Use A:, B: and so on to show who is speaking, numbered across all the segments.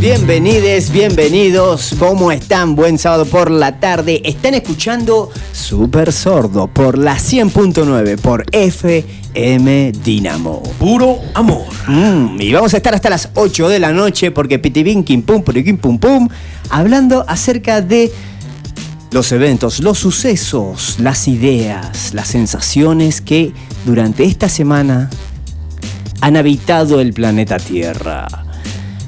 A: Bienvenides, bienvenidos. ¿Cómo están? Buen sábado por la tarde. Están escuchando Super Sordo por la 100.9 por FM Dinamo.
B: Puro amor.
A: Mm, y vamos a estar hasta las 8 de la noche porque Pitibin, Kim Pum, Puriquim Pum Pum, hablando acerca de los eventos, los sucesos, las ideas, las sensaciones que durante esta semana han habitado el planeta Tierra.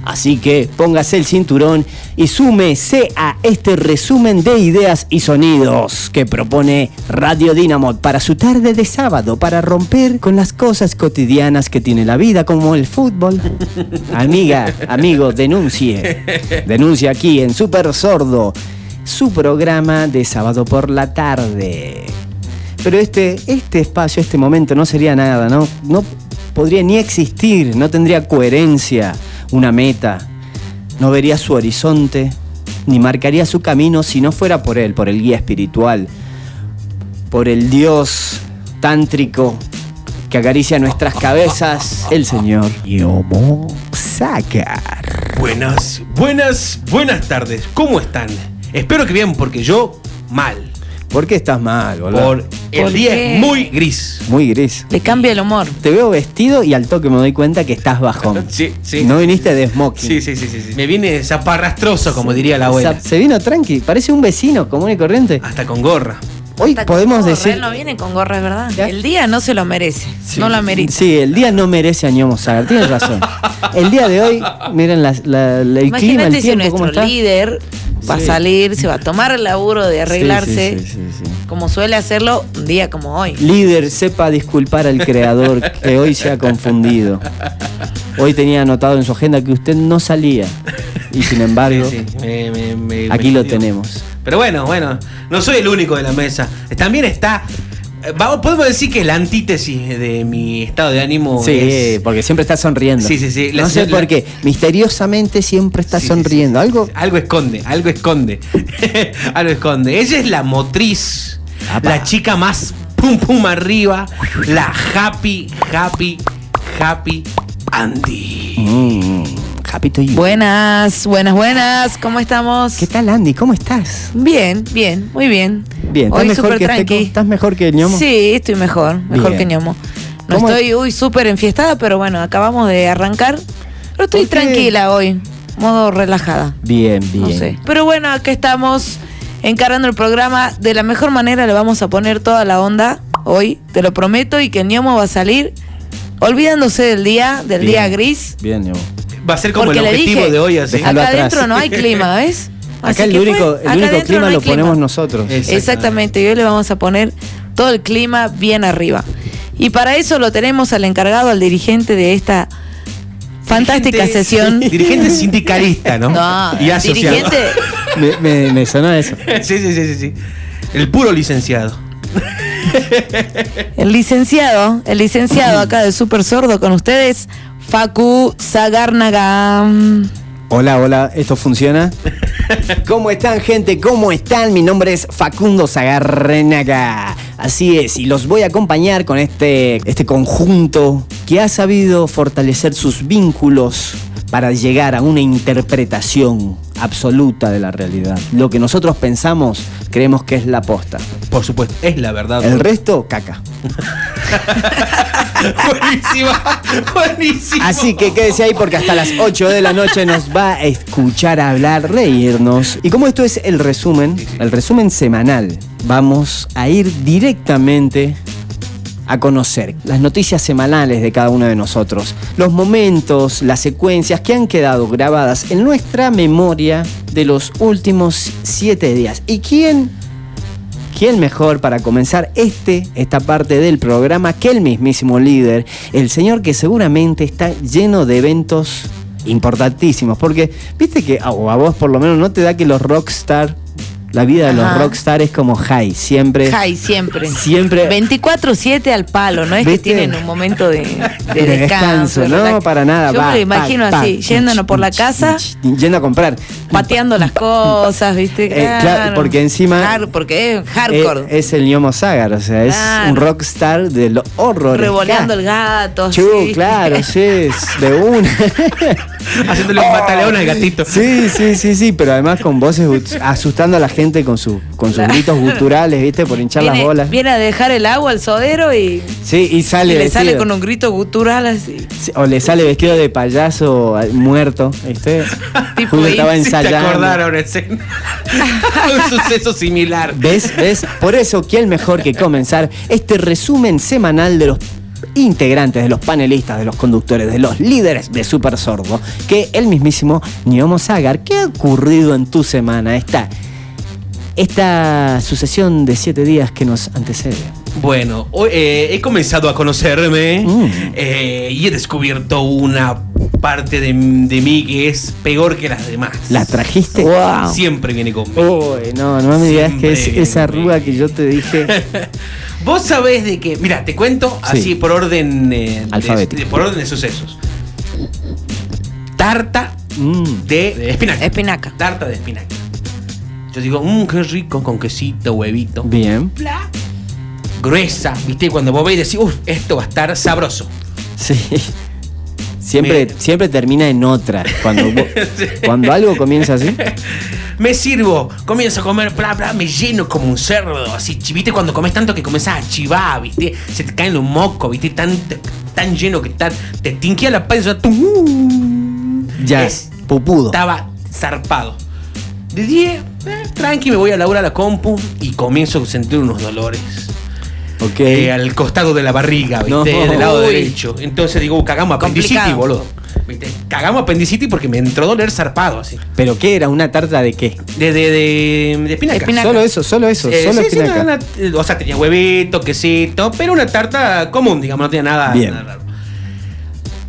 A: Así que póngase el cinturón y súmese a este resumen de ideas y sonidos que propone Radio Dynamo para su tarde de sábado, para romper con las cosas cotidianas que tiene la vida, como el fútbol. Amiga, amigo, denuncie. Denuncia aquí en Super Sordo, su programa de sábado por la tarde. Pero este, este espacio, este momento no sería nada, ¿no? No podría ni existir, no tendría coherencia, una meta, no vería su horizonte, ni marcaría su camino si no fuera por él, por el guía espiritual, por el Dios tántrico que acaricia nuestras cabezas, el Señor Yomo Sacar.
B: Buenas, buenas, buenas tardes. ¿Cómo están? Espero que bien, porque yo mal.
A: ¿Por qué estás mal, boludo?
B: Por el
C: ¿Por
B: día
C: qué?
B: es muy gris.
A: Muy gris.
C: Le cambia el humor.
A: Te veo vestido y al toque me doy cuenta que estás bajón.
B: Sí, sí.
A: No viniste de smoking.
B: Sí, sí, sí, sí, sí. Me viene zaparrastroso, como diría la abuela.
A: Se vino tranqui, parece un vecino común y corriente.
B: Hasta con gorra.
A: Hoy
C: Está con
A: podemos
C: gorra,
A: decir.
C: Él no viene con gorra, es verdad.
A: ¿Ya?
C: El día no se lo merece. No lo merece.
A: Sí, el día no merece a Ñomo Sagar, tienes razón. El día de hoy, miren la, la- la- el clima, el
C: Imagínate si
A: tiempo, cómo
C: nuestro
A: está.
C: líder va a
A: Sí.
C: salir, se va a tomar el laburo de arreglarse,
A: Sí, sí, sí, sí,
C: como suele hacerlo un día como
A: sí.
C: hoy.
A: Líder, sepa disculpar al creador que hoy se ha confundido. Hoy tenía anotado en su agenda que usted no salía. Y sin embargo,
B: Sí, sí. Me- me- me-
A: aquí
B: me
A: lo
B: jodió.
A: tenemos.
B: Pero bueno, bueno, no soy el único de la mesa. También está. eh, vamos- podemos decir que la antítesis de mi estado de ánimo
A: Sí,
B: Oh, es.
A: porque siempre está sonriendo.
B: Sí, sí, sí.
A: No
B: La-
A: sé
B: la-
A: por qué. Misteriosamente siempre está
B: Sí, sí,
A: sonriendo.
B: sí, sí,
A: Algo
B: sí. Algo esconde, algo esconde. algo esconde. Ella es la motriz.
A: Apa.
B: La chica más pum pum arriba. La happy, happy, happy Andy.
A: Mm, happy to you.
C: Buenas, buenas, buenas. ¿Cómo estamos?
A: ¿Qué tal, Andy? ¿Cómo estás?
C: Bien, bien, muy bien.
A: Bien, ¿estás
C: hoy
A: mejor
C: súper
A: que este-
C: tranqui.
A: estás mejor que ñomo?
C: Sí, estoy mejor, mejor
A: Bien.
C: que ñomo. No
A: ¿Cómo-
C: estoy, uy, súper enfiestada, pero bueno, acabamos de arrancar. Pero estoy
A: ¿Por qué?
C: tranquila hoy, modo relajada.
A: Bien, bien.
C: No sé. Pero bueno, acá estamos encarando el programa. De la mejor manera le vamos a poner toda la onda hoy, te lo prometo, y que el ñomo va a salir olvidándose del día, del
A: Bien.
C: día gris.
A: Bien, ñomo.
B: Va a ser como
C: Porque
B: el
C: le
B: objetivo
C: dije,
B: de hoy, así.
A: Dejalo
C: acá
A: atrás.
C: adentro no hay clima, ¿ves? Así
A: Acá el
C: que fue,
A: único, el
C: acá
A: único
C: adentro
A: clima
C: no hay
A: lo ponemos nosotros.
B: Es-
C: Exactamente, y hoy le vamos a poner todo el clima bien arriba. Y para eso lo tenemos al encargado, al dirigente de esta fantástica
B: Dirigente-
C: sesión.
B: Dirigente sindicalista, ¿no?
C: No,
B: y asociado.
C: dirigente,
A: me, me, me sonó eso.
B: sí, sí, sí, sí, sí. El puro licenciado.
C: el licenciado, el licenciado acá de Super Sordo con ustedes, Facu Zagárnaga.
A: Hola, hola, ¿esto funciona? ¿Cómo están, gente? ¿Cómo están? Mi nombre es Facundo Zagarrenaga. Así es, y los voy a acompañar con este, este conjunto que ha sabido fortalecer sus vínculos para llegar a una interpretación absoluta de la realidad. Lo que nosotros pensamos, creemos que es la posta.
B: Por supuesto, es la verdad.
A: El resto, caca.
B: Buenísima, buenísima.
A: Así que quédese ahí porque hasta las 8 de la noche nos va a escuchar hablar, reírnos. Y como esto es el resumen, el resumen semanal, vamos a ir directamente a conocer las noticias semanales de cada uno de nosotros, los momentos, las secuencias que han quedado grabadas en nuestra memoria de los últimos 7 días. ¿Y quién ¿Quién mejor para comenzar este, esta parte del programa que el mismísimo líder? El señor que seguramente está lleno de eventos importantísimos. Porque, viste que, a- o a vos por lo menos, no te da que los rockstar La vida de los
C: Ajá.
A: rockstar es como high, siempre.
C: Jai, siempre.
A: Siempre.
C: 24-7 al palo, no es que
A: ¿Viste?
C: tienen un momento de, de
A: De
C: descanso.
A: descanso, no,
C: relax.
A: para nada.
C: Yo
A: va,
C: me lo imagino
A: pa, pa,
C: así,
A: ch,
C: yéndonos por la
A: ch,
C: casa,
A: ch, Yendo a comprar.
C: pateando las cosas, ¿viste?
A: Eh, claro, porque encima-
C: Claro, porque es
A: Eh,
C: hardcore.
A: es el ñomo Zagar, o sea, es
C: Claro.
A: un rockstar de los horrores.
C: revoleando el gato.
A: Chu,
C: sí.
A: claro, sí, es de una.
B: Haciéndole un mataleón al gatito.
A: Oh, Sí, sí, sí, sí, pero además con voces gut- asustando a la gente con, su, con sus gritos guturales, ¿viste? Por hinchar
C: Viene,
A: las bolas.
C: viene a dejar el agua al sodero y,
A: Sí, y
C: y
A: sale.
C: le sale
A: vestido.
C: con un grito gutural así.
A: Sí, O le sale vestido de payaso al- muerto, ¿viste?
C: Tipo
A: Julio
C: ahí,
A: estaba
B: Sí, te
A: ensayando.
B: acordaron escena. un suceso similar.
A: ¿Ves? ¿Ves? Por eso, ¿quién mejor que comenzar este resumen semanal de los integrantes, de los panelistas, de los conductores, de los líderes de Super Sordo, que el mismísimo Niomo Zagar? ¿Qué ha ocurrido en tu semana? Esta, esta sucesión de siete días que nos antecede.
B: Bueno, hoy, eh, he comenzado a conocerme
A: Mm.
B: eh, y he descubierto una parte de, de mí que es peor que las demás.
A: ¿La trajiste?
C: Wow.
B: Siempre viene conmigo.
A: Uy, no, no me digas que es
B: Siempre
A: esa
B: viene.
A: arruga que yo te dije.
B: Vos sabés de que, mira, te cuento
A: Sí.
B: así por orden eh, de-
A: Alfabético.
B: de- por orden de sucesos. Tarta
A: Mm.
B: de, de espinaca.
C: Espinaca.
B: Tarta de espinaca. Yo digo, mmm, qué rico con quesito, huevito.
A: Bien.
B: Bla. Gruesa, viste, Y cuando vos veis decís, uff, esto va a estar sabroso.
A: Sí. Siempre,
B: Me-
A: siempre termina en otra. Cuando, vo- cuando algo comienza así.
B: Me sirvo, comienzo a comer, bla, bla, me lleno como un cerdo, así, chi- viste, cuando comes tanto que comenzás a chivar, viste, se te caen los mocos, viste, tan, tan lleno que está, te tinquea la panza, tum.
A: Ya.
B: Es-
A: pupudo.
B: estaba zarpado. De 10, eh, tranqui, me voy a laburar a la compu y comienzo a sentir unos dolores.
A: Ok.
B: eh, al costado de la barriga, ¿viste?
A: No.
B: Del lado
C: Uy.
B: derecho. Entonces digo, "Uh, cagamos apendicitis,
C: Complicado.
B: boludo. ¿Viste? Cagamos apendicitis porque me entró doler zarpado, así.
A: ¿Pero qué era? ¿Una tarta de qué?
B: De, de, de, de espinaca.
C: Espinaca.
A: Solo eso, solo eso,
B: Eh,
A: solo
B: sí, sí,
A: espinaca.
B: no, no, o sea, tenía huevito, quesito, pero una tarta común, digamos, no tenía nada,
A: Bien.
B: nada raro.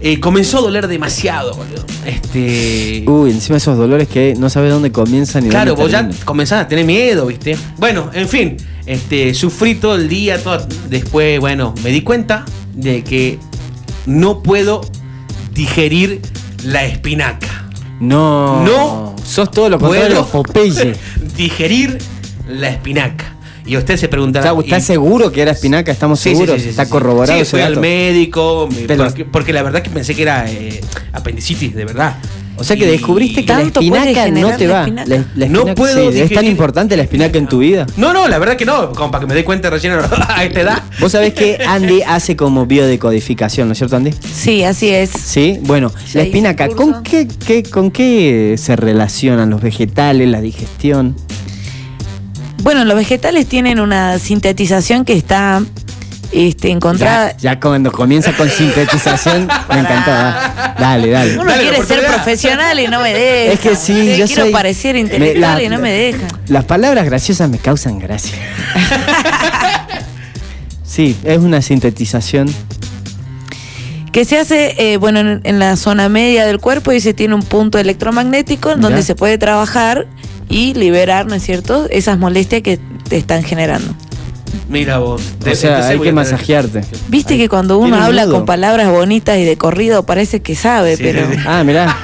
B: Eh, comenzó a doler demasiado, boludo. Este.
A: Uy, encima esos dolores que no sabes dónde comienzan y
B: Claro,
A: dónde
B: vos ya
A: terminan.
B: comenzás a tener miedo, ¿viste? Bueno, en fin, este, sufrí todo el día, todo- después, bueno, me di cuenta de que no puedo digerir la espinaca.
A: No.
B: No.
A: Sos todo lo contrario de los
B: Puedo
A: Popeye.
B: digerir la espinaca. Y usted se preguntará...
A: ¿Estás
B: ¿y-
A: estás seguro que era espinaca? ¿Estamos
B: Sí, sí,
A: seguros?
B: sí, sí,
A: ¿Está
B: sí.
A: corroborado
B: Sí,
A: ese
B: fui al
A: dato?
B: médico, me-
A: Te lo-
B: porque, porque la verdad que pensé que era eh, apendicitis, de verdad.
A: O sea que
B: Y-
A: descubriste que la
C: Tanto puede
A: espinaca no
C: generar
A: te
C: la
A: va.
C: espinaca.
A: La- la
B: No
A: espinaca-
B: puedo
A: sí, ¿Es tan
B: digerir-
A: importante la espinaca en tu vida?
B: No, no, la verdad que no, como para que me dé cuenta recién a esta edad.
A: Vos sabés que Andy hace como biodecodificación, ¿no es cierto, Andy?
C: Sí, así es.
A: Sí, bueno,
C: Ya
A: la
C: hice
A: espinaca,
C: curso.
A: ¿con qué, qué- con qué se relacionan los vegetales, la digestión?
C: Bueno, los vegetales tienen una sintetización que está este, encontrada.
A: Ya, ya cuando comienza con sintetización, me encantó. ¿eh? Dale, dale.
C: Uno
B: Dale,
C: quiere ser
B: oportunidad.
C: profesional y no me deja.
A: Es que sí,
C: Sí,
A: yo
C: quiero
A: soy-
C: parecer
A: me-
C: intelectual
A: la-
C: y no me deja.
A: Las palabras graciosas me causan gracia. Sí, es una sintetización.
C: Que se hace, eh, bueno, en, en la zona media del cuerpo y se tiene un punto electromagnético en donde
A: Ya.
C: se puede trabajar y liberar, ¿no es cierto?, esas molestias que te están generando.
B: Mira vos.
A: O sea, hay que
B: masajear
A: masajearte.
C: Viste que cuando
A: Tiene
C: uno
A: un
C: habla
A: nudo.
C: con palabras bonitas y de corrido parece que sabe,
B: Sí,
C: pero...
B: sí, sí.
A: Ah, mirá.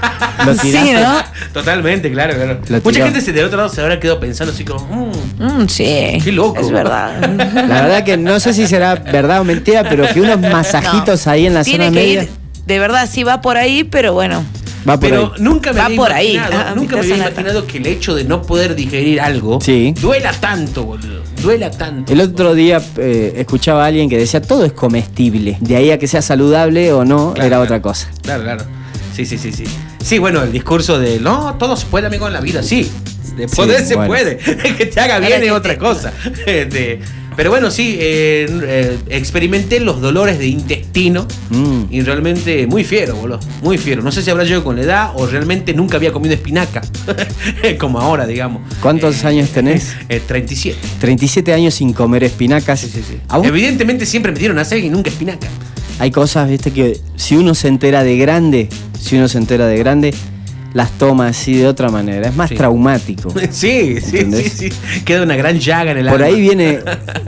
A: Lo
C: Sí,
A: tiraste.
C: ¿no?
B: Totalmente, claro, claro.
A: La
B: Mucha
A: tiró.
B: gente se del otro lado se habrá quedado pensando así como, "Mm,
C: Mm, sí.
B: Qué loco.
C: Es verdad.
A: La verdad que no sé si será verdad o mentira, pero que unos masajitos
C: No,
A: ahí en la
C: tiene
A: zona
C: que
A: media
C: ir, de verdad, sí va por ahí, pero bueno.
A: va por
B: pero
A: ahí.
B: nunca me
C: Va
B: había
C: por ahí,
B: imaginado,
C: ah,
B: nunca me
C: mitad
B: había
C: sanata.
B: imaginado que el hecho de no poder digerir algo
A: Sí.
B: duela tanto, boludo. Duela tanto.
A: El otro día eh, escuchaba a alguien que decía todo es comestible. De ahí a que sea saludable o no,
B: Claro,
A: era
B: claro.
A: otra cosa.
B: Claro, claro. Sí, sí, sí, sí. Sí, bueno, el discurso de no, todo se puede, amigo, en la vida, sí. De
A: Sí,
B: poder se
A: bueno.
B: puede. que te haga
C: Ahora
B: bien es
C: que
B: otra
C: te-
B: cosa. Este, pero bueno, sí, eh, eh, experimenté los dolores de intestino
A: Mm.
B: y realmente muy fiero, boludo. Muy fiero. No sé si habrá yo con la edad o realmente nunca había comido espinaca. Como ahora, digamos.
A: ¿Cuántos años tenés?
B: Eh, 37.
A: 37 años sin comer espinacas.
B: Sí, sí, sí.
A: ¿A vos?
B: Evidentemente siempre me dieron a y nunca espinaca.
A: Hay cosas, viste, que si uno se entera de grande, si uno se entera de grande, las toma así de otra manera. Es más
B: Sí.
A: traumático.
B: Sí, sí, sí,
A: ¿Entendés?
B: sí. Queda una gran llaga en el
A: Por
B: alma.
A: ahí viene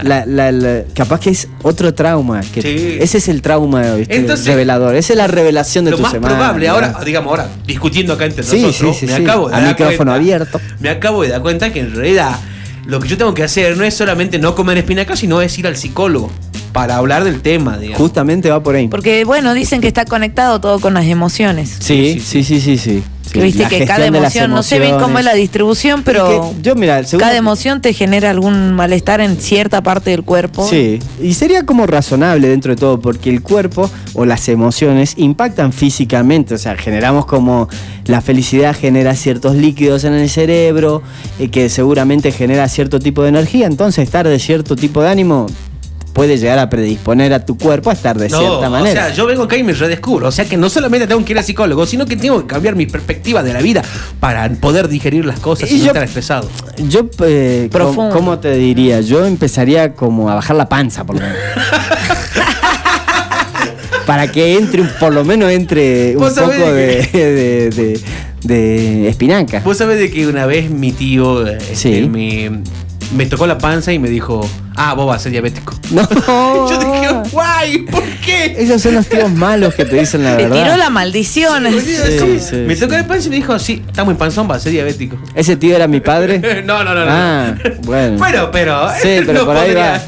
A: la, la- la- capaz que es otro trauma. Que
B: Sí.
A: Ese es el trauma ¿viste?
B: Entonces,
A: revelador. Esa es la revelación de
B: Lo
A: tu
B: más
A: semana.
B: probable,
A: ¿verdad?
B: ahora, digamos, ahora, discutiendo acá entre
A: Sí,
B: nosotros,
A: sí, sí,
B: me
A: sí.
B: acabo de
A: A
B: dar
A: micrófono
B: cuenta-
A: abierto.
B: Me acabo de dar cuenta que en realidad lo que yo tengo que hacer no es solamente no comer espinacas, sino es ir al psicólogo para hablar del tema, digamos.
A: Justamente va por ahí.
C: Porque, bueno, dicen que está conectado todo con las emociones.
A: Sí,
B: Sí,
A: sí, sí, sí, sí.
C: Que Viste que cada emoción, no sé bien cómo es la distribución, pero
A: yo, mira, según-
C: cada emoción te genera algún malestar en cierta parte del cuerpo.
A: Sí, y sería como razonable dentro de todo, porque el cuerpo o las emociones impactan físicamente, o sea, generamos como la felicidad genera ciertos líquidos en el cerebro, eh, que seguramente genera cierto tipo de energía, entonces estar de cierto tipo de ánimo puede llegar a predisponer a tu cuerpo a estar de
B: No,
A: cierta
B: O
A: manera.
B: sea, yo vengo acá y me redescubro. O sea que no solamente tengo que ir al psicólogo, sino que tengo que cambiar mi perspectiva de la vida para poder digerir las cosas y,
A: Y
B: no
A: yo-
B: estar estresado.
A: Yo, eh, com-
C: Profundo.
A: ¿cómo te diría? Yo empezaría como a bajar la panza, por lo menos. Para que entre, un- por lo menos entre un
B: Vos
A: poco
B: sabés
A: de,
B: que-
A: de, de- de espinaca.
B: Vos sabés de que una vez mi tío eh, este,
A: Sí.
B: me, me tocó la panza y me dijo, ah, vos vas a ser diabético.
A: No. Oh.
B: Yo dije, "Oh". guay, ¿por qué?
A: Esos son los tíos malos que te dicen la
C: Te
A: verdad.
C: tiró la maldición.
B: Boludo,
A: Sí,
B: ¿cómo?
A: sí,
B: me
A: sí.
B: tocó la panza y me dijo, sí, está muy panzón, vas a ser diabético.
A: ¿Ese tío era mi padre?
B: no, no, no, no.
A: Ah, bueno.
B: Pero, pero.
A: Sí,
B: él
A: pero
B: no
A: por ahí
B: podría-
A: va.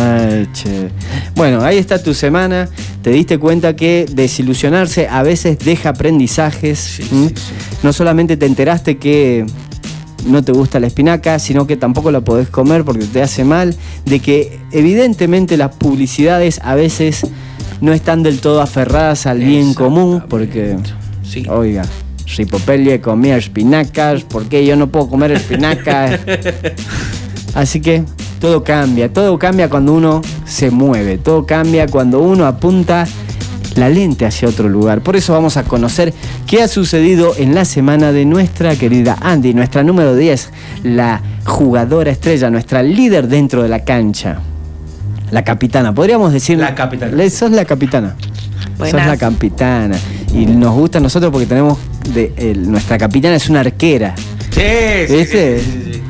A: Ay, che. Bueno, ahí está tu semana. Te diste cuenta que desilusionarse a veces deja aprendizajes.
B: Sí,
A: ¿m?
B: sí, sí.
A: No solamente te enteraste que no te gusta la espinaca, sino que tampoco la podés comer porque te hace mal. De que evidentemente las publicidades a veces no están del todo aferradas al bien común porque... Oh.
B: Sí.
A: Oiga, Ripopelie comía espinacas, ¿por qué yo no puedo comer espinacas? Así que todo cambia, todo cambia cuando uno se mueve, todo cambia cuando uno apunta la lente hacia otro lugar. Por eso vamos a conocer qué ha sucedido en la semana de nuestra querida Andy, nuestra número 10, la jugadora estrella, nuestra líder dentro de la cancha. La capitana, podríamos decir.
B: La capitana.
A: Le- Sos la capitana.
C: Buenas.
A: Sos la capitana. Y nos gusta a nosotros porque tenemos. de- el- nuestra capitana es una arquera.
B: Sí, sí,
A: ¿Viste?
B: sí, sí,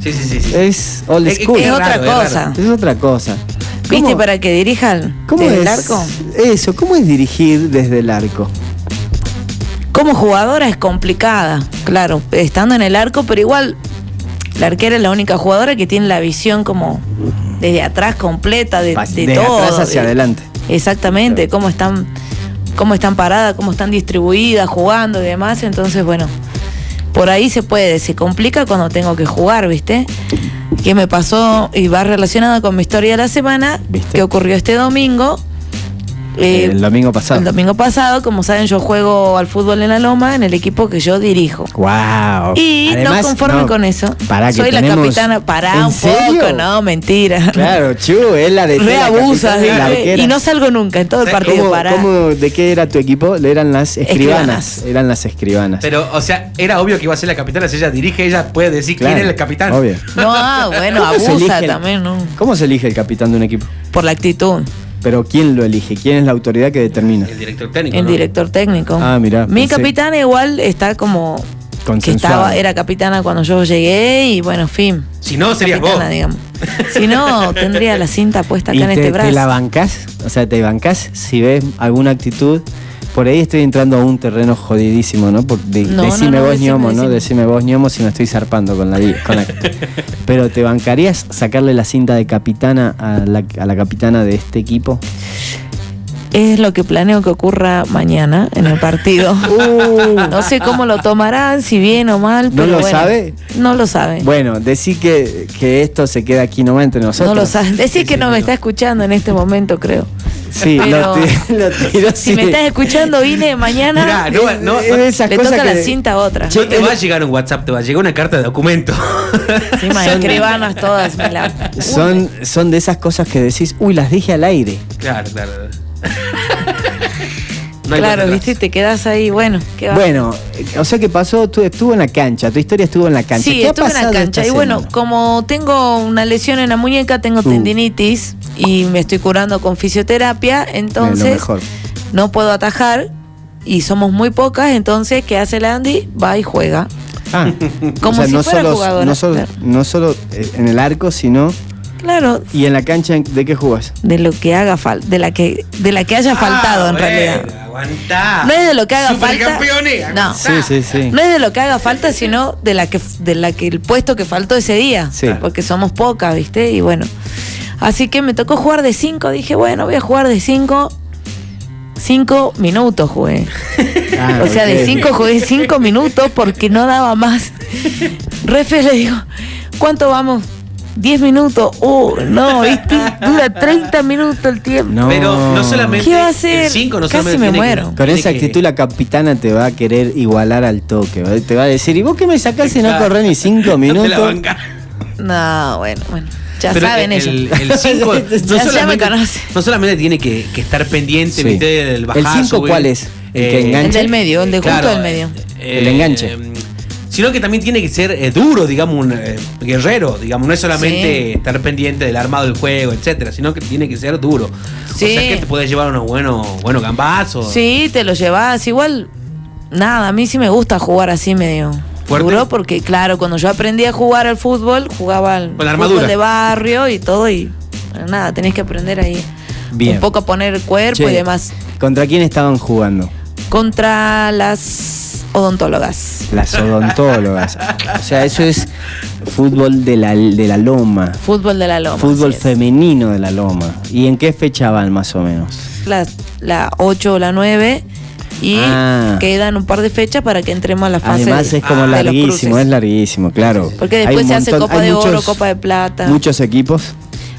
B: sí, sí, sí, sí.
A: Es old
B: Es- es
A: school.
C: Es
B: raro,
C: otra
B: es raro.
C: cosa.
A: Es otra cosa.
C: ¿Viste?
A: ¿Cómo-
C: Para que dirijan
A: ¿Cómo
C: desde
A: es
C: el arco.
A: Eso, ¿cómo es dirigir desde el arco?
C: Como jugadora es complicada, claro, estando en el arco, pero igual la arquera es la única jugadora que tiene la visión como desde atrás completa de,
A: Pa-
C: de
A: desde
C: todo.
A: atrás hacia
C: de-
A: adelante.
C: Exactamente, cómo están, cómo están paradas, cómo están distribuidas, jugando y demás. Entonces, bueno, por ahí se puede, se complica cuando tengo que jugar, ¿viste? Que me pasó y va relacionado con mi historia de la semana,
A: ¿Viste?
C: que ocurrió este domingo. Eh,
A: el domingo pasado.
C: el domingo pasado, como saben, yo juego al fútbol en la Loma en el equipo que yo dirijo.
A: Wow.
C: Y no conforme con eso.
A: Para que
C: soy la
A: tenemos-
C: capitana. Pará
A: ¿En
C: un poco,
A: serio?
C: no, mentira.
A: Claro, Chu, es la de la
C: Reabusas.
A: capitana y la
C: re-
A: arquera. Eh,
C: y no salgo nunca en todo el
B: ¿Cómo-
C: partido.
A: ¿Cómo-
C: Pará.
A: cómo- ¿De qué era tu equipo? Eran las escribanas.
C: Escribanas.
A: Eran las escribanas.
B: Pero, o sea, era obvio que iba a ser la capitana. Si ella dirige, ella puede decir
A: Claro,
B: quién es el capitán.
A: obvio.
C: No, ah, bueno,
A: ¿Cómo se
C: abusa
A: elige el-
C: también, ¿no?
A: ¿Cómo se elige el capitán de un equipo?
C: Por la actitud.
A: Pero ¿quién lo elige? ¿Quién es la autoridad que determina?
B: El director técnico.
C: El
B: ¿no?
C: director técnico.
A: Ah, mirá,
C: Mi
A: pensé-
C: capitana igual está como. Que
A: Consensuado.
C: estaba, era capitana cuando yo llegué y bueno, fin.
B: Si no, serías
C: capitana,
B: vos.
C: digamos. Si no, tendría la cinta puesta
A: ¿Y
C: acá en
A: te,
C: este
A: te
C: brazo.
A: la bancás? O sea, ¿te bancás si ves alguna actitud? Por ahí estoy entrando a un terreno jodidísimo, ¿no? Por- de-
C: No, no,
A: decime
C: no,
A: vos,
C: decime,
A: ñomo, ¿no?
C: decime.
A: Decime vos, ñomo, si me estoy zarpando con la... di- Con la Pero ¿te bancarías sacarle la cinta de capitana a la, a la capitana de este equipo?
C: Es lo que planeo que ocurra mañana en el partido. no sé cómo lo tomarán, si bien o mal.
A: Uh. ¿No
C: pero
A: lo
C: bueno,
A: sabe?
C: No lo sabe.
A: Bueno, decí que, que esto se queda aquí nomás entre nosotros.
C: no lo sabe. Decir
B: Sí,
C: que
B: sí,
C: no
B: no.
C: me está escuchando en este momento, creo.
A: Sí, lo,
C: Pero-
A: ti- lo tiró
C: Si me
A: sí.
C: estás escuchando, Ine, mañana
B: Mirá,
A: Ah,
B: no, va- no,
A: Es
B: no-
A: de esas
C: le
A: cosas
C: toca la
A: que-
C: cinta a otra.
B: no te va a llegar un WhatsApp, te va a llegar una carta de documento.
C: Encima,
A: son-
C: escribanas todas. me la-
A: Son, son de esas cosas que decís, uy, las dije al aire.
B: claro, claro. No hay vuelta
C: claro,
B: atrás.
C: viste, te quedas ahí. Bueno, ¿qué va?
A: Bueno, eh, o sea que pasó, tú estuvo en la cancha, tu historia estuvo en la cancha.
C: Sí,
A: ¿Qué ha
C: estuve en la
A: pasado
C: cancha. Y
A: esta
C: bueno,
A: semana?
C: como tengo una lesión en la muñeca, tengo
A: Uh.
C: tendinitis y me estoy curando con fisioterapia,
A: De lo
C: entonces
A: mejor.
C: no puedo atajar. y somos muy pocas, entonces, ¿qué hace la Andy? Va y juega.
A: Ah,
C: Como si
A: no,
C: fuera
A: solo,
C: jugadora,
A: no, solo,
C: claro.
A: no solo eh, en el arco, sino.
C: Claro,
A: ¿Y en la cancha de qué jugás?
C: de lo que haga falta, de la que, de la que
B: Ah,
C: haya faltado en realidad.
B: Aguantá.
C: No es de lo que haga
B: Supercampeones,
C: falta. No.
B: aguantá.
A: Sí, sí, sí.
C: No es de lo que haga falta, sino de la que, de la que el puesto que faltó ese día.
A: Sí.
C: Porque somos pocas, ¿viste? Y bueno. Así que me tocó jugar de 5. Dije, bueno, voy a jugar de 5. 5 minutos jugué.
A: Ah,
C: o sea, de
A: ok.
C: 5 jugué 5 minutos porque no daba más. Refe le digo, ¿cuánto vamos? 10 minutos. Uh, no, ¿viste? Dura 30 minutos el tiempo.
A: No.
B: Pero no solamente.
C: ¿Qué va a hacer?
B: el cinco no
C: Casi
B: solamente tiene
C: me
B: que-
C: muero.
A: Con
B: tiene
A: esa
B: que-
A: actitud la capitana te va a querer igualar al toque. ¿va? Te va a decir, ¿y vos qué me sacás si no
B: Claro.
A: corrés ni cinco
B: No te la
A: minutos?
B: bancás.
C: No, bueno, bueno. Ya
B: Pero
C: saben
B: el-
C: ellos.
B: El 5
A: Ya-
B: no,
C: ya me
B: solamente-
C: conoce.
B: no solamente tiene que, que estar pendiente
A: Sí.
B: ¿viste? del bajar,
A: ¿El cinco
B: subir.
A: cuál es? ¿El que engancha?
C: El del medio, el de justo del medio.
B: eh,
A: El enganche.
B: eh, sino que también tiene que ser eh, duro, digamos, un eh, guerrero, digamos, no es solamente
C: Sí.
B: estar pendiente del armado del juego, etcétera, sino que tiene que ser duro.
C: Sí.
B: O sea que te puedes llevar unos buenos, buenos gambazos.
C: Sí, te lo llevas. Igual, nada, a mí sí me gusta jugar así medio.
B: ¿Fuerte?
C: Duró porque, claro, cuando yo aprendí a jugar al fútbol, jugaba al
B: Con la armadura.
C: fútbol de barrio y todo y eh, nada, tenés que aprender ahí
A: Bien.
C: un poco a poner el cuerpo
A: Che,
C: y demás.
A: ¿Contra quién estaban jugando?
C: Contra las odontólogas.
A: Las odontólogas. O sea, eso es fútbol de la, de la loma.
C: Fútbol de la loma.
A: fútbol
C: así es.
A: femenino de la loma. ¿Y en qué fecha van más o menos?
C: La, la 8 o la 9 y
A: Ah.
C: quedan un par de fechas para que entremos a la fase
A: Además
C: de-
A: es como
B: ah,
C: de los
A: larguísimo,
C: cruces.
A: es larguísimo, claro.
C: Porque
A: Hay
C: después
A: un
C: se hace
A: montón-
C: Copa
A: hay
C: de Oro,
A: muchos-
C: Copa de Plata.
A: Muchos equipos.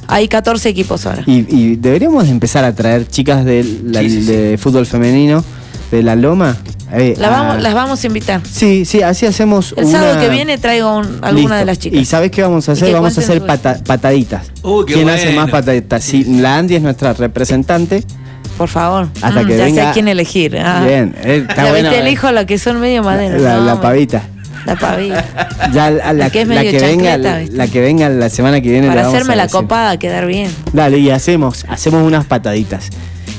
C: Hay 14 equipos ahora.
A: Y, y deberíamos empezar a traer chicas de, la-
B: Sí, sí, sí.
A: de fútbol femenino de la loma. Eh,
C: La vamos-
A: a-
C: las vamos a invitar.
A: Sí, sí, así hacemos
C: El
A: una-
C: sábado que viene traigo un- alguna
A: Listo.
C: de las chicas.
A: ¿Y sabes qué vamos a
C: Y
A: hacer?
C: que
A: Vamos a
C: cuenten
A: hacer
C: su-
A: pata- pataditas.
B: Uh, qué
A: ¿Quién hace
B: bueno.
A: más pataditas? Sí, la Andy es nuestra representante.
C: Por favor.
A: Hasta que
C: Mm, ya sé
A: venga-
C: a quién elegir. Ah.
A: Bien, eh, está
C: ya
A: bueno.
C: viste, elijo la que son medio madera.
A: La,
C: No,
A: la
C: me-
A: pavita.
C: La pavita.
A: Ya la, la-
C: La que es
A: la
C: medio
A: que venga,
C: chancleta,
A: la,
C: ¿viste?
A: la que venga la semana que viene. le
C: Para
A: vamos a
C: hacerme la
A: decir.
C: copada, quedar bien.
A: Dale, y hacemos, hacemos unas pataditas.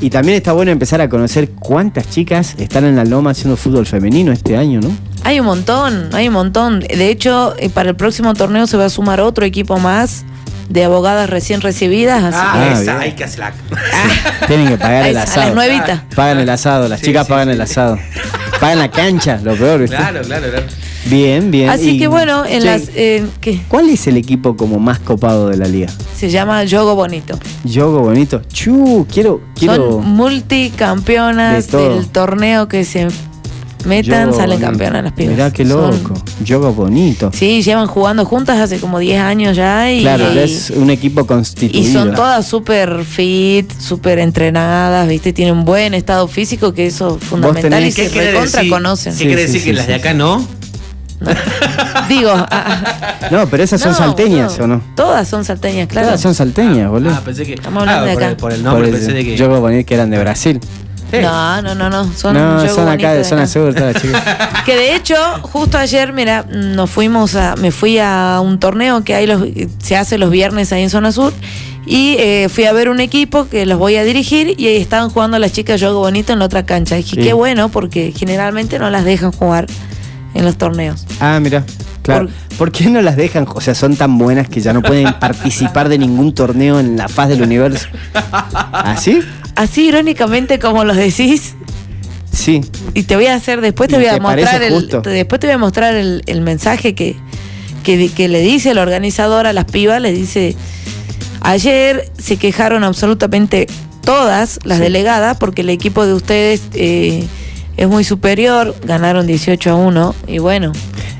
A: Y también está bueno empezar a conocer cuántas chicas están en la loma haciendo fútbol femenino este año, ¿no?
C: Hay un montón, hay un montón. De hecho, eh, para el próximo torneo se va a sumar otro equipo más de abogadas recién recibidas. Así Ah.
B: Ah,
A: Ah,
B: esa,
A: bien.
B: hay que hacerla.
A: Tienen que
C: que
A: pagar el
C: a
A: asado.
C: las nuevitas.
A: Pagan el asado, las
B: Sí,
A: chicas
B: sí,
A: pagan
B: sí.
A: el asado. Pagan la cancha, lo peor, ¿viste?
B: Claro, claro, claro.
A: Bien, bien.
C: Así
A: y-
C: que bueno, en
A: Che,
C: las, eh, ¿qué?
A: ¿Cuál es el equipo como más copado de la liga?
C: Se llama Yogo Bonito.
A: Yogo bonito. Chu, quiero, quiero.
C: Son multicampeonas
A: De todo.
C: del torneo que se metan,
A: Yogo
C: salen
A: bonito.
C: campeonas las pibas.
A: Mirá qué
C: Son-
A: loco. Yogo bonito.
C: sí, llevan jugando juntas hace como 10 años ya y,
A: claro,
C: y,
A: es un equipo constituido.
C: y son todas súper fit, súper entrenadas, ¿viste? Tienen un buen estado físico que eso es fundamental y
A: tenés-
C: se
B: ¿Qué quiere
C: recontra
B: decir?
C: conocen.
B: ¿Qué
A: Sí,
B: quiere
A: sí,
B: decir
A: sí,
B: que
A: sí,
B: las de
A: sí.
B: acá no?
C: Digo, ah, ah,
A: No, pero esas son
C: no,
A: salteñas,
C: boludo.
A: ¿o no?
C: Todas son salteñas, claro.
A: Todas son salteñas, boludo.
B: Ah, pensé que.
C: Estamos hablando
B: ah,
C: de
B: por
C: acá.
B: el- Por el nombre
A: Por
B: pensé
A: el-
B: de que.
A: Yogo bonito que eran de Brasil.
B: Sí.
C: No, no, no, no. Son,
A: no,
C: Yogo
A: son
C: Bonito
A: acá,
C: de
A: son
C: acá.
A: aseguras todas las chicas.
C: Que de hecho, justo ayer, mira, nos fuimos a, me fui a un torneo que hay los, se hace los viernes ahí en Zona Sur y eh, fui a ver un equipo que los voy a dirigir y ahí estaban jugando las chicas Yogo Bonito en la otra cancha. Dije,
A: Sí.
C: qué bueno, porque generalmente no las dejan jugar en los torneos.
A: Ah, mira. Claro. Por... qué no las dejan? O sea, son tan buenas que ya no pueden participar de ningún torneo en la faz del universo. ¿Ah, ¿Así?
C: Así irónicamente como los decís,
A: Sí.
C: y te voy a hacer, después te
A: ¿No
C: voy a
A: te parece
C: mostrar el,
A: justo?
C: te- después te voy a mostrar el, el mensaje que, que, di- que le dice el organizador a las pibas, les dice, ayer se quejaron absolutamente todas las delegadas porque el equipo de ustedes eh, es muy superior, ganaron 18 a 1 y bueno,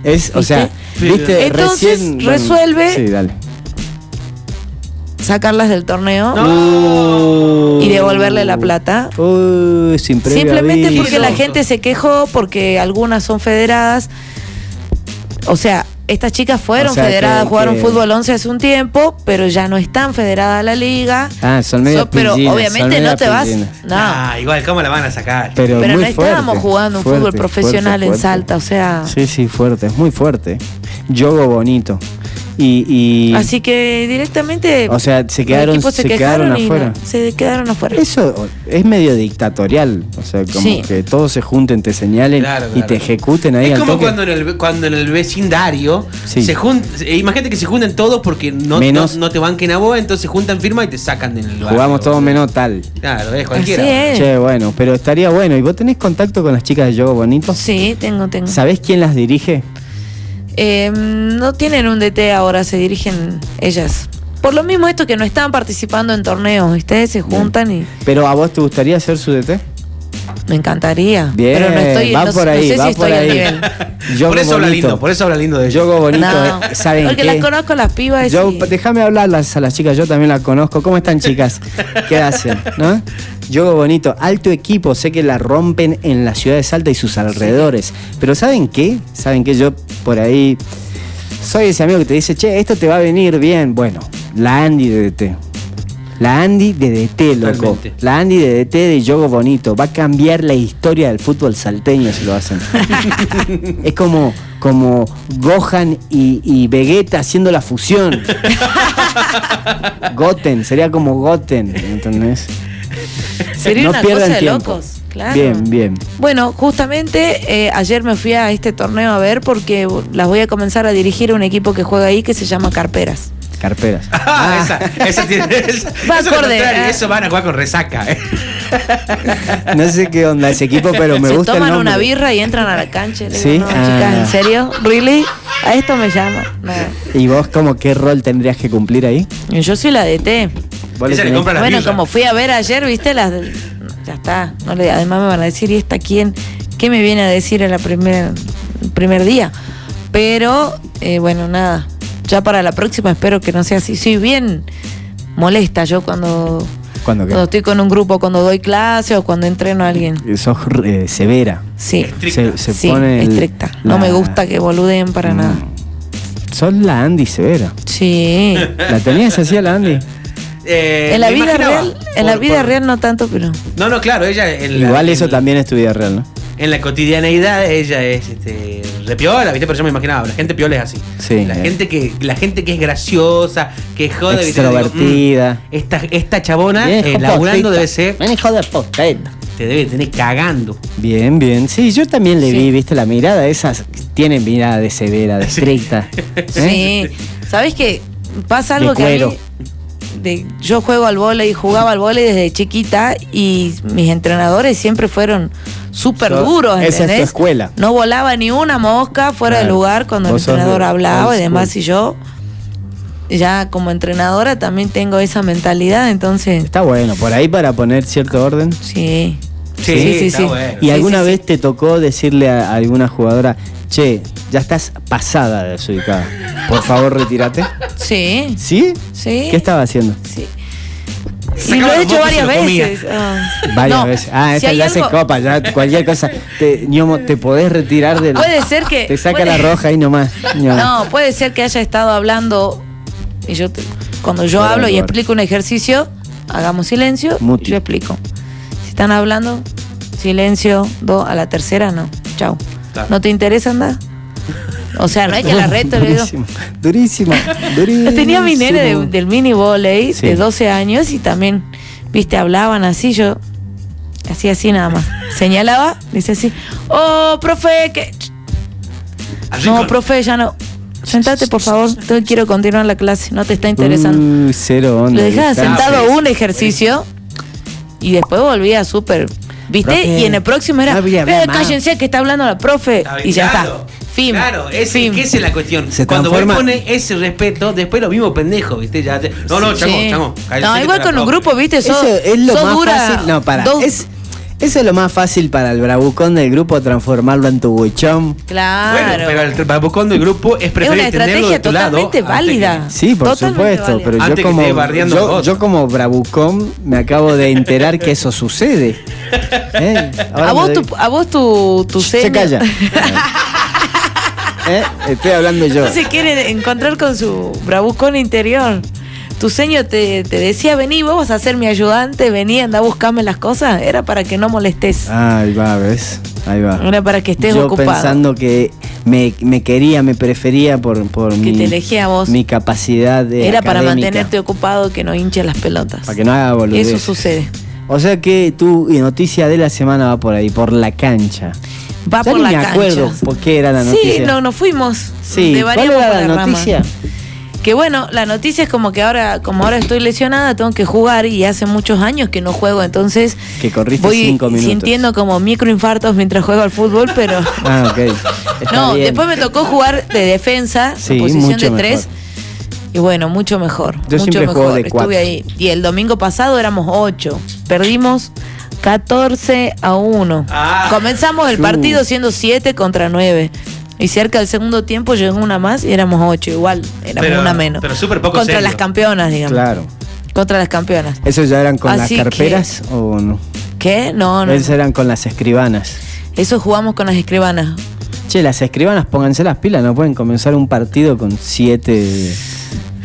A: Es, o sea,
B: ¿Viste?
A: viste,
C: Entonces,
A: recién. bueno,
C: resuelve-
A: Sí, dale.
C: sacarlas del torneo
B: No.
C: y devolverle la plata.
A: Oh. Uy, sin previo
C: Simplemente
A: aviso.
C: porque la gente se quejó, porque algunas son federadas. O sea, estas chicas fueron
A: O sea,
C: federadas,
A: que-
C: jugaron
A: que-
C: fútbol 11 hace un tiempo, pero ya no están federadas a la liga.
A: Ah, son medio
C: So- pero
A: pillinas, son
C: obviamente
A: medio
C: no te vas.
A: pillinas.
C: No.
B: Ah, igual, ¿cómo la van a sacar?
A: Pero,
C: pero
A: muy
C: no estábamos
A: fuerte,
C: jugando un
A: fuerte,
C: fútbol profesional
A: fuerte, fuerte.
C: en Salta, o sea.
A: Sí, sí, fuerte, es muy fuerte. Yogo bonito. Y, y-
C: Así que directamente.
A: O sea, se
C: los
A: quedaron-
C: equipos
A: se
C: quejaron
A: quedaron
C: y
A: afuera.
C: no- se quedaron afuera.
A: Eso es medio dictatorial. O sea, como
C: Sí.
A: que todos se junten, te señalen
B: Claro,
A: y
B: claro.
A: te ejecuten ahí
B: es
A: al
B: como
A: toque.
B: cuando en, el, cuando en el vecindario
A: Sí.
B: se juntan, imagínate que se juntan todos porque no,
A: Menos-
B: no, no te banquen a vos, entonces juntan firma y te sacan del lugar.
A: Jugamos todos menos tal.
B: Claro, es cualquiera.
C: Así es.
A: Che, bueno, pero estaría bueno. ¿Y vos tenés contacto con las chicas de Yogo Bonito?
C: Sí, tengo, tengo.
A: ¿Sabés quién las dirige?
C: Eh, no tienen un DT ahora, se dirigen ellas. Por lo mismo esto que no están participando en torneos, ¿viste? Se juntan y
A: Pero a vos te gustaría ser su DT?
C: me encantaría.
A: Bien,
C: pero no estoy,
A: va
C: no,
A: por
C: no
A: ahí,
C: sé
A: va
C: si estoy
A: por
C: al
A: ahí.
C: nivel.
A: Yogo
B: por eso habla
A: Bonito.
B: lindo, por eso habla lindo de yo.
A: Yogo Bonito,
C: No,
A: eh, ¿saben
C: porque
A: qué?
C: las conozco las pibas.
A: Yo,
C: y-
A: déjame hablarlas a las chicas, yo también las conozco. ¿Cómo están, chicas? ¿Qué hacen? ¿No? Yogo Bonito, alto equipo, sé que la rompen en la ciudad de Salta y sus alrededores. Pero ¿saben qué? ¿Saben qué? Yo por ahí soy ese amigo que te dice, che, esto te va a venir bien. Bueno, la Andy de DT. La Andy de DT, loco.
B: Totalmente.
A: La Andy de DT de Yogo Bonito. Va a cambiar la historia del fútbol salteño si lo hacen. es como, como Gohan y, y Vegeta haciendo la fusión. Goten, sería como Goten, ¿entendés?
C: Sería
A: No
C: una
A: pierdan
C: cosa de
A: tiempo.
C: locos. Claro.
A: Bien, bien.
C: Bueno, justamente eh, ayer me fui a este torneo a ver porque las voy a comenzar a dirigir a un equipo que juega ahí que se llama Carperas.
A: Carperas.
B: Ah, esa, esa tiene. esa- eso,
C: Va
B: es lo
C: acorde,
B: contrario,
C: eh.
B: eso van a jugar con resaca. eh.
A: Ah, No sé qué onda ese equipo, pero me
C: se
A: gusta el
C: toman
A: nombre.
C: una birra y entran a la cancha. Le digo,
A: Sí.
C: no,
A: Ah.
C: chicas, ¿en serio? ¿Really? A esto me llama. No.
A: ¿Y vos como qué rol tendrías que cumplir ahí?
C: Y Yo soy la DT.
A: ¿Vos
B: Ella le
A: tenés-
B: compra la- Las
C: Bueno,
B: birras.
C: como fui a ver ayer, viste, las ya está. No le, además me van a decir, ¿y esta quién? ¿Qué me viene a decir en la primer, el primer día? Pero, eh, bueno, nada. Ya para la próxima espero que no sea así. Soy bien molesta yo cuando,
A: ¿Cuándo
C: cuando
A: qué?
C: estoy con un grupo, cuando doy clase o cuando entreno a alguien.
A: Sos eh, severa.
C: Sí.
B: Estricta.
A: Se, se
C: sí,
A: pone el-
C: estricta. No
A: la-
C: me gusta que boluden para
A: Mm.
C: nada.
A: Sos la Andy severa.
C: Sí.
A: ¿La tenías así a la Andy?
B: Eh,
C: en la
B: me
C: vida
B: imaginaba,
C: real, en la
B: por-
C: vida
B: por-
C: real no tanto, pero
B: No, no, claro, ella. En la-
A: Igual
B: en-
A: eso también es tu vida real, ¿no?
B: En la cotidianeidad ella es este, re piola, ¿viste? Pero yo me imaginaba, la gente piola es así.
A: Sí,
B: La,
A: eh.
B: gente, que, la gente que es graciosa, que jode, ¿viste? Yo digo,
A: Extrovertida.
B: "Mm, esta, esta chabona eh, laburando debe ser.
A: hijo de posteta.
B: Te debe tener cagando.
A: Bien, bien. Sí, yo también le
C: Sí.
A: vi, viste, la mirada. Esas tienen mirada de severa, de estricta. ¿Eh?
C: sí. ¿Sabes qué? Pasa algo
A: De
C: que a mí-
A: cuero.
C: de- yo juego al vóley, jugaba al vóley desde chiquita y mis entrenadores siempre fueron súper
A: Yo-
C: duros,
A: esa es tu
C: ¿entendés?
A: escuela.
C: No volaba ni una mosca fuera
A: Claro.
C: del lugar cuando el
A: Vos sos
C: entrenador
A: de
C: hablaba
A: old
C: y demás
A: school.
C: y yo ya como entrenadora también tengo esa mentalidad, entonces
A: Está bueno, por ahí para poner cierto orden.
C: sí.
B: Sí, está bueno.
A: ¿Y
C: Sí,
A: alguna
C: sí, sí.
A: vez te tocó decirle a a alguna jugadora, che, ya estás pasada de desubicada? Por favor, retírate.
C: Sí,
A: ¿Sí?
C: sí.
A: ¿Qué estaba haciendo?
C: Sí. Y
B: Sacaba
C: lo he
B: los
C: hecho
B: mocos y
C: varias
B: lo comía.
C: veces. Ah.
A: Varias
C: No,
A: veces. Ah,
C: si
A: esta
C: hay
A: ya se
C: algo-
A: copa, ya cualquier cosa. Te, ñomo, te podés retirar del.
C: Puede ser que-
A: Te saca
C: puede-
A: la roja ahí nomás. ñomo.
C: No, puede ser que haya estado hablando y yo te- cuando yo
A: Fuera
C: hablo
A: de
C: y
A: lugar.
C: explico un ejercicio, hagamos silencio,
A: Muti.
C: y yo explico. Si están hablando, silencio, dos, a la tercera no. Chau.
B: Claro.
C: ¿No te interesa andar? O sea, no es que la reto, le digo.
A: Durísimo, durísimo, durísimo.
C: Yo tenía mi nene de- del mini volley
A: Sí.
C: de 12 años y también, viste, hablaban así, yo hacía así nada más. Señalaba, dice así, oh, profe, que...
B: Así
C: No,
B: con-
C: profe, ya no. Sentate, por favor, te- quiero continuar la clase, no te está interesando.
A: Uh, cero onda.
C: Le dejaba
A: ¿viste?
C: sentado un ejercicio y después volvía súper, viste,
A: Profe,
C: y en el próximo era,
A: no voy a hablar
C: "Ve,
A: más".
C: cállense que está hablando la profe,
B: Está bien,
C: y ya
B: claro,
C: está. Fin.
B: Claro, ese,
C: Fin.
B: que esa es la cuestión.
A: Se
B: Cuando vos
A: transforma-
B: pones ese respeto, después lo mismo pendejo, ¿viste? Ya te- No, no,
C: Sí.
B: chamo, chamo. cállate
C: No,
B: que
C: igual
B: te la
C: con un
B: profe.
C: grupo, viste, sos,
A: Eso es lo
C: sos
A: más
C: dura
A: fácil. No, para.
C: dos-
A: Es, eso es lo más fácil para el bravucón del grupo, transformarlo en tu buchón.
B: Bueno,
C: Claro.
B: pero el babocón del grupo es
C: es una
B: preferible tenerlo
C: estrategia
B: de tu lado.
C: totalmente
B: antes que-
C: válida.
A: Sí, por
C: Totalmente
A: supuesto,
C: válida.
A: pero
B: Antes
A: yo
B: que
A: como,
B: esté bardeando a
A: yo,
B: otros.
A: yo como bravucón me acabo de enterar que eso sucede. ¿Eh? Ahora
C: a,
A: me
C: vos
A: doy-
C: tu, a vos tu, tu
A: Se
C: seno-
A: calla. ¿Eh? Estoy hablando yo.
C: No se quiere encontrar con su bravucón interior. Tu seño te, te decía, vení, vos vas a ser mi ayudante, vení, anda a buscarme las cosas. Era para que no molestes.
A: Ay, va, ves. Ahí va.
C: Era para que estés
A: Ah. Yo
C: ocupado.
A: pensando que me, me quería, me prefería por, por
C: Que
A: mi,
C: te elegía a vos.
A: mi capacidad de.
C: Era para
A: académica,
C: mantenerte ocupado que no hinches las pelotas.
A: Para que no haga boludez.
C: Eso sucede.
A: O sea que tu eh, noticia de la semana va por ahí, por la cancha.
C: Va
A: Ya
C: por
A: ni
C: la
A: me
C: cancha.
A: acuerdo por qué era la
C: Sí,
A: noticia.
C: no, nos fuimos.
A: Sí,
C: De
A: ¿cuál
C: variamos por
A: era
C: las
A: la
C: ramas.
A: noticia?
C: Que bueno, la noticia es como que ahora, como ahora estoy lesionada, tengo que jugar y hace muchos años que no juego, entonces
A: Que corriste
C: voy
A: cinco minutos.
C: sintiendo como microinfartos mientras juego al fútbol, pero
A: Ah, ok. Está
C: no,
A: bien.
C: después me tocó jugar de defensa,
A: Sí,
C: en posición
A: mucho
C: de tres. Y bueno, mucho mejor.
A: Yo
C: mucho
A: siempre
C: mejor.
A: juego de cuatro.
C: Estuve ahí. Y el domingo pasado éramos ocho. Perdimos 14 a 1.
B: Ah.
C: Comenzamos el
A: Chu.
C: partido siendo 7 contra 9. Y cerca del segundo tiempo llegó una más y éramos ocho. Igual, éramos
B: Pero-
C: una menos.
B: pero súper poco
C: Contra
B: serio.
C: las campeonas, digamos.
A: Claro.
C: Contra las campeonas.
A: ¿Esos ya eran con
C: Así
A: las
C: que-
A: carperas o no?
C: ¿Qué? No, no.
A: Esos eran con las escribanas.
C: Eso jugamos con las escribanas.
A: Che, las escribanas, pónganse las pilas, no pueden comenzar un partido con siete.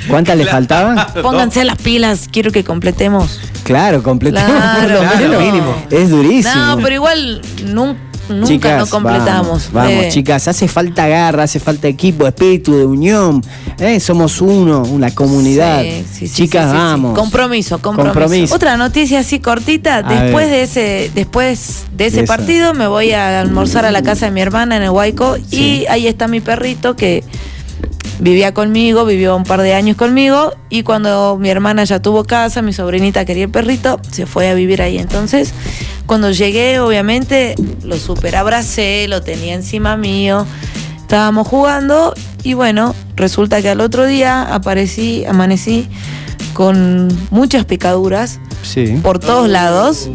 A: ¿Cuántas le
B: Claro.
A: faltaban?
C: Pónganse las pilas, quiero que completemos.
A: Claro, completamos por lo
B: Claro,
A: menos.
B: mínimo.
A: Es durísimo.
C: No, pero igual nun- nunca
A: Chicas,
C: no completamos.
A: Vamos, vamos,
C: Eh,
A: chicas, hace falta garra, hace falta equipo, espíritu de unión. ¿eh? Somos uno, una comunidad.
C: sí, sí, sí,
A: chicas,
C: sí, sí, sí.
A: vamos.
C: Compromiso, compromiso.
A: Compromiso.
C: Otra noticia así cortita. después
A: ver.
C: de ese, después de ese
A: De esa.
C: partido me voy a almorzar a la casa de mi hermana en el Huayco
A: Sí.
C: y ahí está mi perrito que vivía conmigo, vivió un par de años conmigo y cuando mi hermana ya tuvo casa, mi sobrinita quería el perrito, se fue a vivir ahí. Entonces, cuando llegué, obviamente, lo superabracé, lo tenía encima mío, estábamos jugando y bueno, resulta que al otro día aparecí, amanecí con muchas picaduras
A: Sí.
C: por todos
B: Uy,
C: lados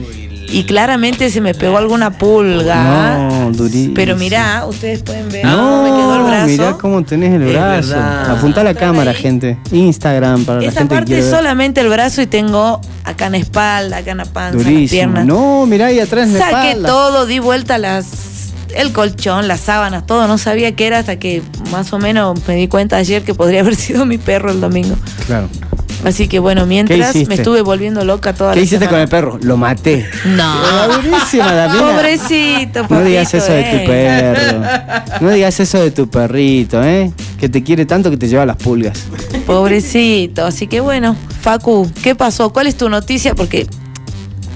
C: y claramente se me pegó alguna pulga.
A: No, durísimo.
C: Pero mirá, ustedes pueden ver cómo
A: No,
C: me quedó el brazo.
A: mirá cómo tenés el
B: Es
A: brazo.
B: verdad.
A: Apunta a la
C: Mostrame
A: cámara,
C: ahí.
A: gente. Instagram para la
C: Esa
A: gente que
C: parte
A: quiere
C: es
A: ver.
C: solamente el brazo y tengo acá en la espalda, acá en la panza, en las
A: Durísimo.
C: piernas.
A: No, mirá ahí atrás en la
C: Saqué
A: espalda.
C: todo, di vuelta las el colchón, las sábanas, todo, no sabía qué era hasta que más o menos me di cuenta ayer que podría haber sido mi perro el domingo.
A: Claro.
C: Así que bueno, mientras
A: hiciste?
C: me estuve volviendo loca toda
A: ¿Qué
C: la
A: hiciste con
C: semana.
A: el perro? Lo maté. Era
C: No.
A: durísima la mina.
C: Pobrecito,
A: No digas
C: papito,
A: eso de tu
C: eh.
A: perro. No digas eso de tu perrito, ¿eh? Que te quiere tanto que te lleva las pulgas.
C: Pobrecito, así que bueno, Facu, ¿qué pasó? ¿Cuál es tu noticia? Porque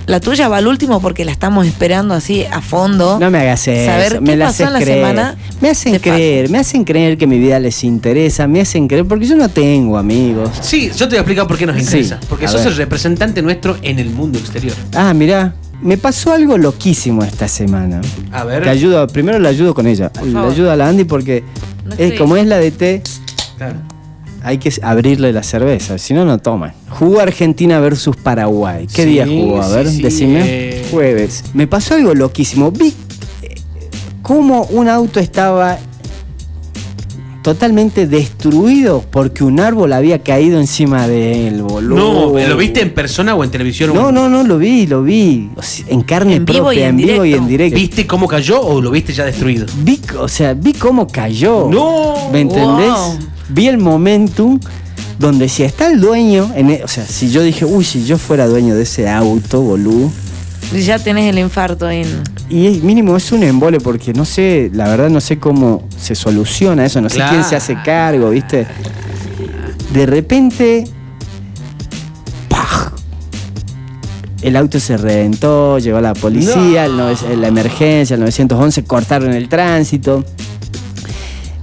C: la tuya va al último porque la estamos esperando así a fondo.
A: No me hagas eso.
C: Saber qué
A: me la
C: pasó
A: haces
C: en la
A: creer.
C: semana
A: Me hacen
C: de Facu.
A: creer, me hacen creer que mi vida les interesa, me hacen creer porque yo no tengo amigos.
B: Sí, yo te voy a explicar por qué nos
A: Sí,
B: interesa. porque
A: a
B: sos
A: ver.
B: el representante nuestro en el mundo exterior.
A: Ah, mirá, me pasó algo loquísimo esta semana.
B: A ver.
A: Te ayudo, primero la ayudo con ella. La
C: favor.
A: ayudo a la Andy porque
C: No
A: es,
C: estoy-
A: como es la de té,
B: Claro.
A: hay que abrirle la cerveza, si no, no toman. Jugó Argentina versus Paraguay. ¿Qué
B: Sí,
A: día jugó? A
B: sí,
A: ver,
B: sí,
A: decime.
B: eh.
A: Jueves. Me pasó algo loquísimo. Vi eh, cómo un auto estaba totalmente destruido porque un árbol había caído encima de él, boludo.
B: No, ¿lo viste en persona o en televisión?
A: No, no, no, lo vi, lo vi. O sea, en carne
C: En vivo y
A: propia,
C: en
A: en vivo y
C: directo.
A: en directo.
B: ¿Viste cómo cayó o lo viste ya destruido?
A: Vi, c- o sea, vi cómo cayó.
B: No.
A: ¿Me entendés?
C: Wow.
A: Vi el momentum donde si está el dueño, en e- o sea, si yo dije, uy, si yo fuera dueño de ese auto, boludo,
C: Ya tenés el infarto en.
A: y es- mínimo es un embole porque no sé, la verdad no sé cómo se soluciona eso, no sé quién se hace
B: Claro.
A: cargo, ¿viste? De repente, ¡paj! El auto se reventó, llegó la policía, el nove- la emergencia, el 911, cortaron el tránsito.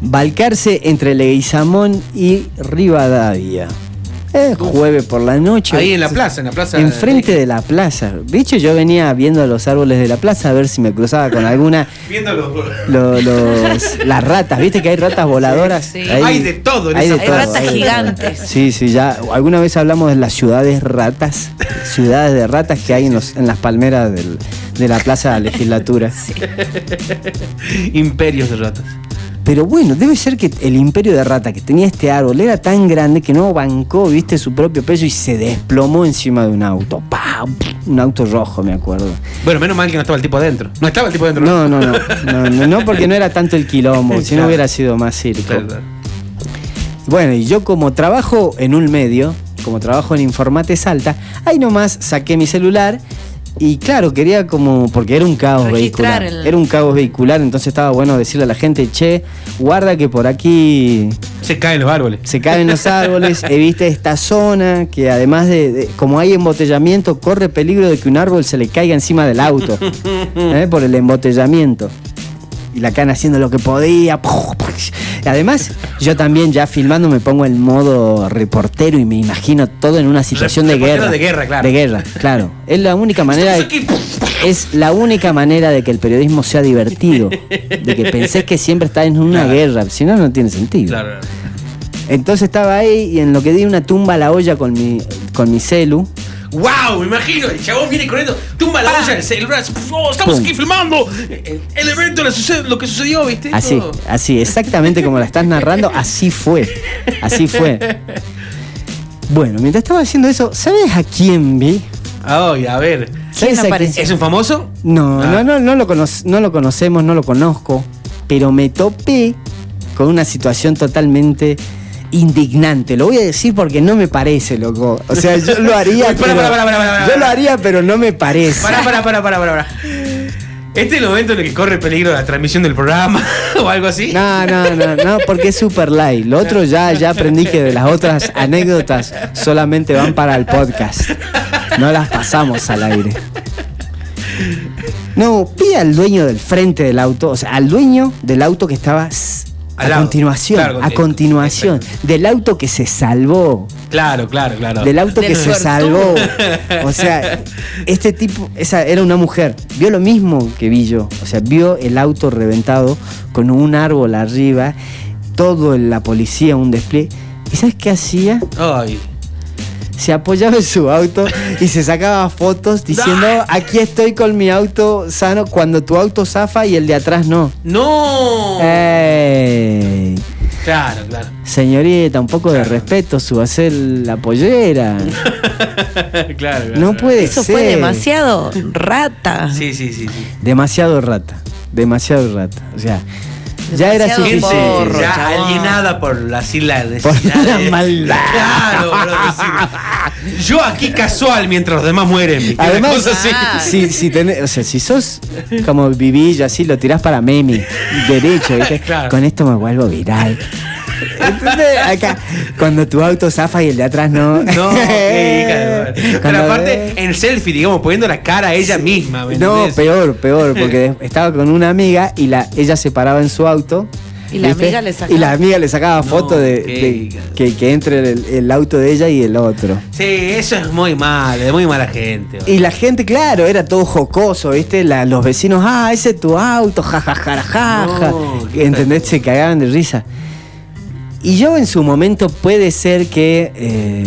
A: Balcarce entre Leguizamón y Rivadavia. Es jueves por la noche.
B: Ahí en la plaza, en la plaza.
A: Enfrente de la plaza. De hecho, yo venía viendo los árboles de la plaza a ver si me cruzaba con alguna.
B: Viéndolo.
A: lo- los- las ratas, viste que hay ratas voladoras.
C: Sí, sí.
B: Hay de todo en
A: hay
B: esa
A: de
C: Hay
A: todo,
C: ratas
A: hay de todo.
C: gigantes.
A: Sí, sí, ya. Alguna vez hablamos de las ciudades ratas, ciudades de ratas que hay en, los, en las palmeras del- de la plaza legislatura.
B: Imperios de ratas.
A: Pero bueno, debe ser que el imperio de rata que tenía este árbol era tan grande que no bancó, viste, su propio peso y se desplomó encima de un auto. ¡Pah! Un auto rojo, me acuerdo.
B: Bueno, menos mal que no estaba el tipo adentro. No estaba el tipo adentro.
A: No, no, no. No, no, no, porque no era tanto el quilombo, si no
B: Claro.
A: hubiera sido más circo.
B: Verdad.
A: Bueno, y yo como trabajo en un medio, como trabajo en Informate Salta, ahí nomás saqué mi celular Y claro, quería como, porque era un caos
C: Registrar
A: vehicular.
C: el-
A: Era un caos vehicular, entonces estaba bueno decirle a la gente, che, guarda que por aquí
B: Se caen los árboles.
A: se caen los árboles, evite esta zona, que además de, de- como hay embotellamiento, corre peligro de que un árbol se le caiga encima del auto, ¿eh? por el embotellamiento. Y la cana haciendo lo que podía. Y Además, yo también ya filmando me pongo el modo reportero y me imagino todo en una situación de
B: reportero
A: guerra.
B: de guerra, claro.
A: De guerra, claro. Es la única manera de,
B: Estamos aquí.
A: es la única manera de que el periodismo sea divertido. De que pensés que siempre está en una
B: Claro.
A: guerra. Si no, no tiene sentido.
B: Claro.
A: Entonces estaba ahí y en lo que di una tumba a la olla con mi, con mi celu.
B: ¡Wow! Me imagino, el chabón viene corriendo, tumba la olla del celular. ¡Oh, estamos
A: Ah. Pum.
B: aquí filmando! El, el evento, lo, suce- lo que sucedió, ¿viste?
A: Así,
B: Todo.
A: así, exactamente como la estás narrando, así fue. Así fue. Bueno, mientras estaba haciendo eso, ¿sabes a quién vi?
B: Ay, a ver.
A: ¿Sabes a
C: apareció?
B: ¿Es un famoso?
A: No,
B: Ah.
A: no, no, no lo, cono- no lo conocemos, no lo conozco, pero me topé con una situación totalmente indignante. Lo voy a decir porque no me parece, loco. O sea, yo lo haría,
B: Uy, pará,
A: pero,
B: pará, pará, pará, pará,
A: yo lo
B: pará.
A: haría, pero no me parece.
B: Pará, pará, pará, pará, pará. pará. Este es el momento en el que corre peligro la transmisión del programa o algo así.
A: No, no, no, no, porque es super light. Lo otro ya, ya aprendí que de las otras anécdotas solamente van para el podcast. No las pasamos al aire. No, pide al dueño del frente del auto, o sea, al dueño del auto que estaba s-
B: Al
A: a
B: lado.
A: continuación,
B: Claro,
A: a
B: eh,
A: continuación, del auto que se salvó,
B: Claro, claro, claro.
A: del auto
C: Del
A: que se
C: suertudo.
A: salvó. O sea, este tipo, esa era una mujer, vio lo mismo que vi yo. O sea, vio el auto reventado con un árbol arriba, todo en la policía, un despliegue. ¿Y sabes qué hacía?
B: Ay.
A: Se apoyaba en su auto y se sacaba fotos diciendo, aquí estoy con mi auto sano cuando tu auto zafa y el de atrás no.
B: ¡No!
A: Eh. ¡Ey!
B: Claro, claro.
A: Señorita, un poco de respeto, subase la pollera.
B: claro, claro.
A: No puede
C: Eso
A: ser.
C: fue demasiado rata.
B: Sí, sí, sí. sí.
A: Demasiado rata. Demasiado rata. O sea, ya era
C: Demasiado
A: suficiente.
C: porro,
B: ya
C: chabón.
B: alienada por la sigla de
A: Por la maldad.
B: Claro, por la vecindad. Yo aquí casual mientras los demás mueren. ¿viste? Una
A: Además,
B: cosa así.
C: Ah.
A: si, si tenés- o sea, si sos como vivillo así, lo tirás para meme, derecho, ¿viste?
B: Claro.
A: Con esto me vuelvo viral. ¿Entendés? Acá, cuando tu auto zafa y el de atrás no.
B: No, qué hija de madre. pero
A: Cuando
B: aparte,
A: ves-
B: en selfie, digamos, poniendo la cara a ella misma. ¿me
A: No,
B: entendés?
A: peor, peor, porque estaba con una amiga y la, ella se paraba en su auto.
C: Y la amiga le sacaba-
A: Y la amiga le sacaba
B: No,
A: foto de,
B: qué
A: de-
B: hija de-
A: que, que entre el, el auto de ella y el otro.
B: Sí, eso es muy malo, de muy mala gente.
A: Y la gente, claro, era todo jocoso, ¿viste? La- los vecinos, ah, ese es tu auto, jajajaja.
B: No, qué
A: ¿Entendés? Se cagaban de risa. Y yo en su momento puede ser que eh,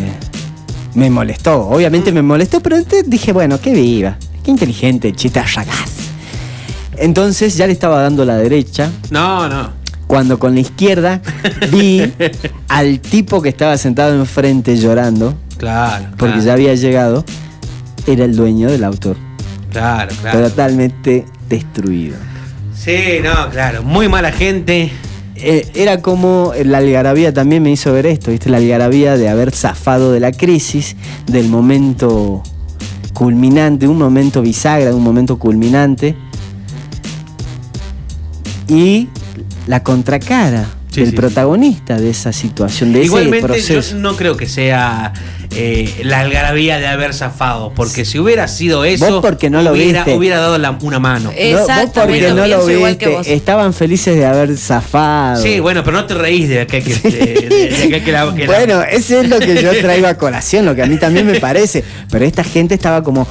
A: me molestó, obviamente me molestó, pero entonces dije, bueno, qué viva, qué inteligente, chita sagaz. Entonces ya le estaba dando la derecha,
B: No, no.
A: cuando con la izquierda vi al tipo que estaba sentado enfrente llorando,
B: Claro.
A: porque
B: claro,
A: ya había llegado, era el dueño del autor.
B: Claro, claro.
A: Totalmente destruido.
B: Sí, no, claro. Muy mala gente.
A: Eh, era como la algarabía también me hizo ver esto, ¿viste? La algarabía de haber zafado de la crisis, del momento culminante, un momento bisagra, un momento culminante. Y la contracara
B: Sí,
A: del
B: sí, sí.
A: protagonista de esa situación, de ese
B: Igualmente,
A: proceso.
B: yo no creo que sea eh, la algarabía de haber zafado. Porque si hubiera sido eso,
A: Vos porque no lo
B: hubiera,
A: viste.
B: hubiera dado la- una mano.
C: Eh,
A: No, vos
C: Exactamente,
A: porque no lo
C: pienso igual que
A: viste,
C: vos.
A: Estaban felices de haber zafado.
B: Sí, bueno, pero no te reís de aquel que, de- de aquel que la. que la-
A: Bueno, eso es lo que yo traigo a colación, lo que a mí también me parece. Pero esta gente estaba como,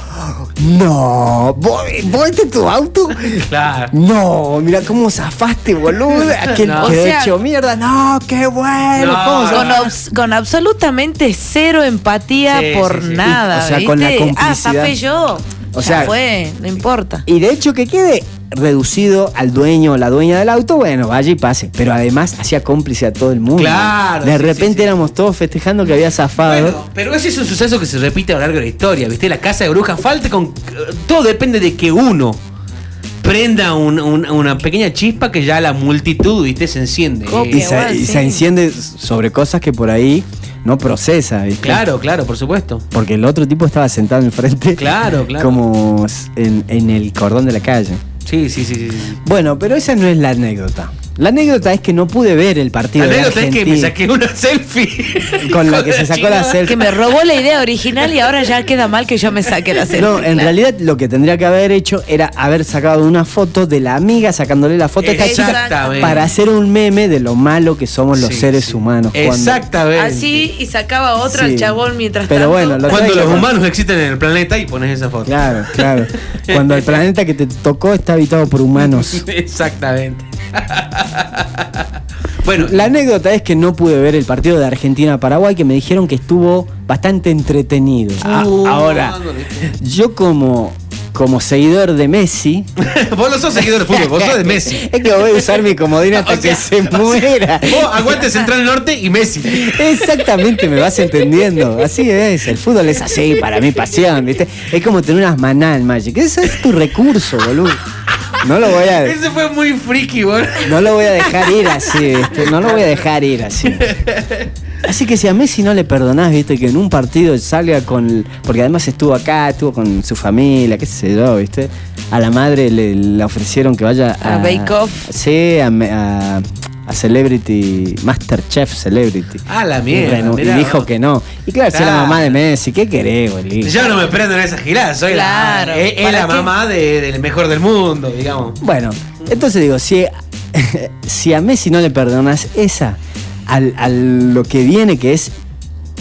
A: no, vos, vos este es tu auto.
B: Claro.
A: No, mira cómo zafaste, boludo. Aquel
B: No.
A: quedó
C: O sea-
A: hecho mierda. No, qué bueno.
B: No.
A: ¿cómo
C: Con,
A: zafaste?
C: abs- con absolutamente cero empatía
B: Sí,
C: por
B: sí, sí.
C: nada.
A: Y, o sea, con la
C: ¿viste?
A: complicidad.
C: Ah, zafé yo.
A: O
C: O
A: sea-
C: sea, fue, no importa.
A: Y de hecho que quede reducido al dueño o la dueña del auto, bueno, vaya y pase. Pero además hacía cómplice a todo el mundo.
B: Claro,
A: De
B: sí,
A: repente
B: sí, sí.
A: éramos todos festejando que había zafado.
B: Bueno, pero ese es un suceso que se repite a lo largo de la historia, ¿viste? La casa de brujas falta con. Todo depende de que uno prenda un- un- una pequeña chispa que ya la multitud, ¿viste? Se enciende.
C: ¿Cómo?
A: Y
B: Eh,
C: Qué
A: se,
C: guay,
A: y
C: sí.
A: se enciende sobre cosas que por ahí no procesa, ¿viste?
B: Claro, claro, por supuesto.
A: Porque el otro tipo estaba sentado enfrente.
B: Claro, claro.
A: Como en, en el cordón de la calle.
B: Sí, sí, sí, sí, sí.
A: Bueno, pero esa no es la anécdota. La anécdota es que no pude ver el partido.
B: La
A: de
B: anécdota es que me
A: Argentina.
B: saqué una selfie.
A: Con la
B: Hijo
A: que
B: de
A: se sacó la
B: chingada.
A: selfie.
C: Que me robó la idea original y ahora ya queda mal que yo me saque la selfie.
A: No, en
C: claro.
A: realidad lo que tendría que haber hecho era haber sacado una foto de la amiga sacándole la foto a esta chica
B: Exactamente.
A: para hacer un meme de lo malo que somos los
B: Sí,
A: seres
B: sí.
A: humanos. cuando-
B: Exactamente.
C: Así y sacaba otra al
A: Sí.
C: chabón mientras
A: Pero
C: tanto.
A: bueno, lo-
B: Cuando
A: trae,
B: los
A: ¿no?
B: humanos existen en el planeta y pones esa foto.
A: Claro, claro. Cuando el planeta que te tocó está habitado por humanos.
B: Exactamente. bueno,
A: La anécdota es que no pude ver el partido de Argentina-Paraguay que me dijeron que estuvo bastante entretenido. A-
B: Uh,
A: Ah, ahora, yo como, como seguidor de Messi...
B: vos no sos seguidor del fútbol, vos sos de Messi.
A: Es que voy a usar mi comodín hasta
B: O sea,
A: que se
B: o sea,
A: muera.
B: Vos aguante Central Norte y Messi.
A: Exactamente, me vas entendiendo. Así es, el fútbol es así, para mí pasión, ¿viste? Es como tener unas maná en Magic. Ese es tu recurso, boludo. No lo voy a,
B: Ese fue muy friki, boludo.
A: no lo voy a dejar ir así, ¿viste? No lo voy a dejar ir así. Así que si a Messi no le perdonás, viste, que en un partido salga con. Porque además estuvo acá, estuvo con su familia, qué sé yo, viste. A la madre le, le ofrecieron que vaya a.
C: A Bake Off.
A: Sí, a, me- a, a Celebrity. Masterchef Celebrity.
B: A la
A: Y
B: mierda,
A: renu- Y,
B: Ah, mirá
A: dijo
B: vos.
A: que no. Y claro, si es la
B: Claro.
A: mamá de Messi, ¿qué querés, boludo?
B: Yo no me prendo en esa girada, soy
C: Claro,
B: la, es, es
C: ¿para
B: la
C: qué?
B: mamá de- del mejor del mundo, digamos.
A: Bueno, entonces digo, si, si a Messi no le perdonas esa, al, al lo que viene, que es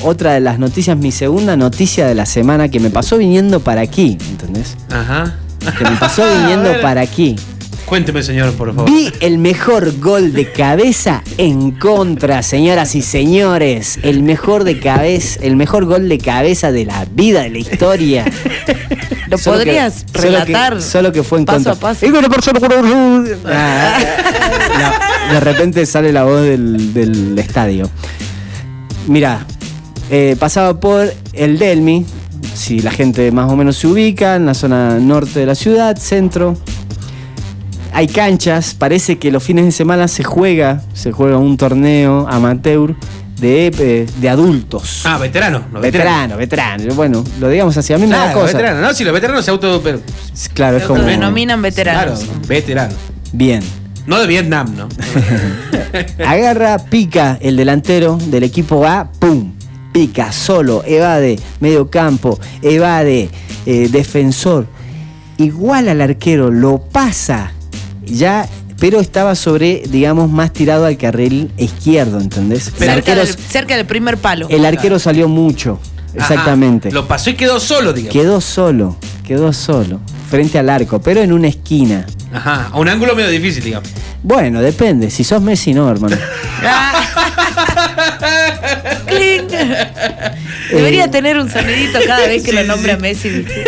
A: otra de las noticias, mi segunda noticia de la semana, que me pasó viniendo para aquí, ¿entendés?
B: Ajá.
A: Que me pasó
B: A
A: viniendo
B: ver.
A: para aquí.
B: Cuénteme, señor, por favor.
A: Vi el mejor gol de cabeza en contra, señoras y señores. El mejor de cabeza, el mejor gol de cabeza de la vida, de la historia.
C: Lo
A: Solo que-
C: podrías
A: solo que-
C: relatar.
A: Solo que, fue en
C: paso
A: contra.
C: a paso.
A: Y bueno, por solo- Ah, la- de repente sale la voz del, del estadio. Mira, pasaba por el Delmi. Si la gente más o menos se ubica en la zona norte de la ciudad, centro. Hay canchas, parece que los fines de semana se juega, se juega un torneo amateur de, eh, de adultos.
B: Ah, veterano. no,
A: veterano, veterano. Bueno, lo digamos así. A mí me da
B: Claro,
A: cosa.
B: veterano. No, si los veteranos se auto. pero-
A: Claro, es
C: Lo
A: como.
C: denominan veteranos.
B: Claro, veterano.
A: Bien.
B: No de Vietnam, ¿no?
A: Agarra, pica el delantero del equipo A, ¡pum! Pica, solo, evade, medio campo, evade, eh, defensor. Igual al arquero, lo pasa. Ya, pero estaba sobre, digamos, más tirado al carril izquierdo, ¿entendés? El
B: Pero-
C: cerca,
A: arquero,
C: del, cerca del primer palo.
A: el arquero salió mucho,
B: Ajá,
A: exactamente.
B: Lo pasó y quedó solo, digamos.
A: Quedó solo, quedó solo, frente al arco, pero en una esquina.
B: Ajá, a un ángulo medio difícil, digamos.
A: Bueno, depende, si sos Messi no, hermano.
C: Cling.
A: Eh,
C: Debería tener un sonidito cada vez que
B: Sí,
C: lo
B: sí,
C: nombra
B: sí.
C: Messi. ¿viste?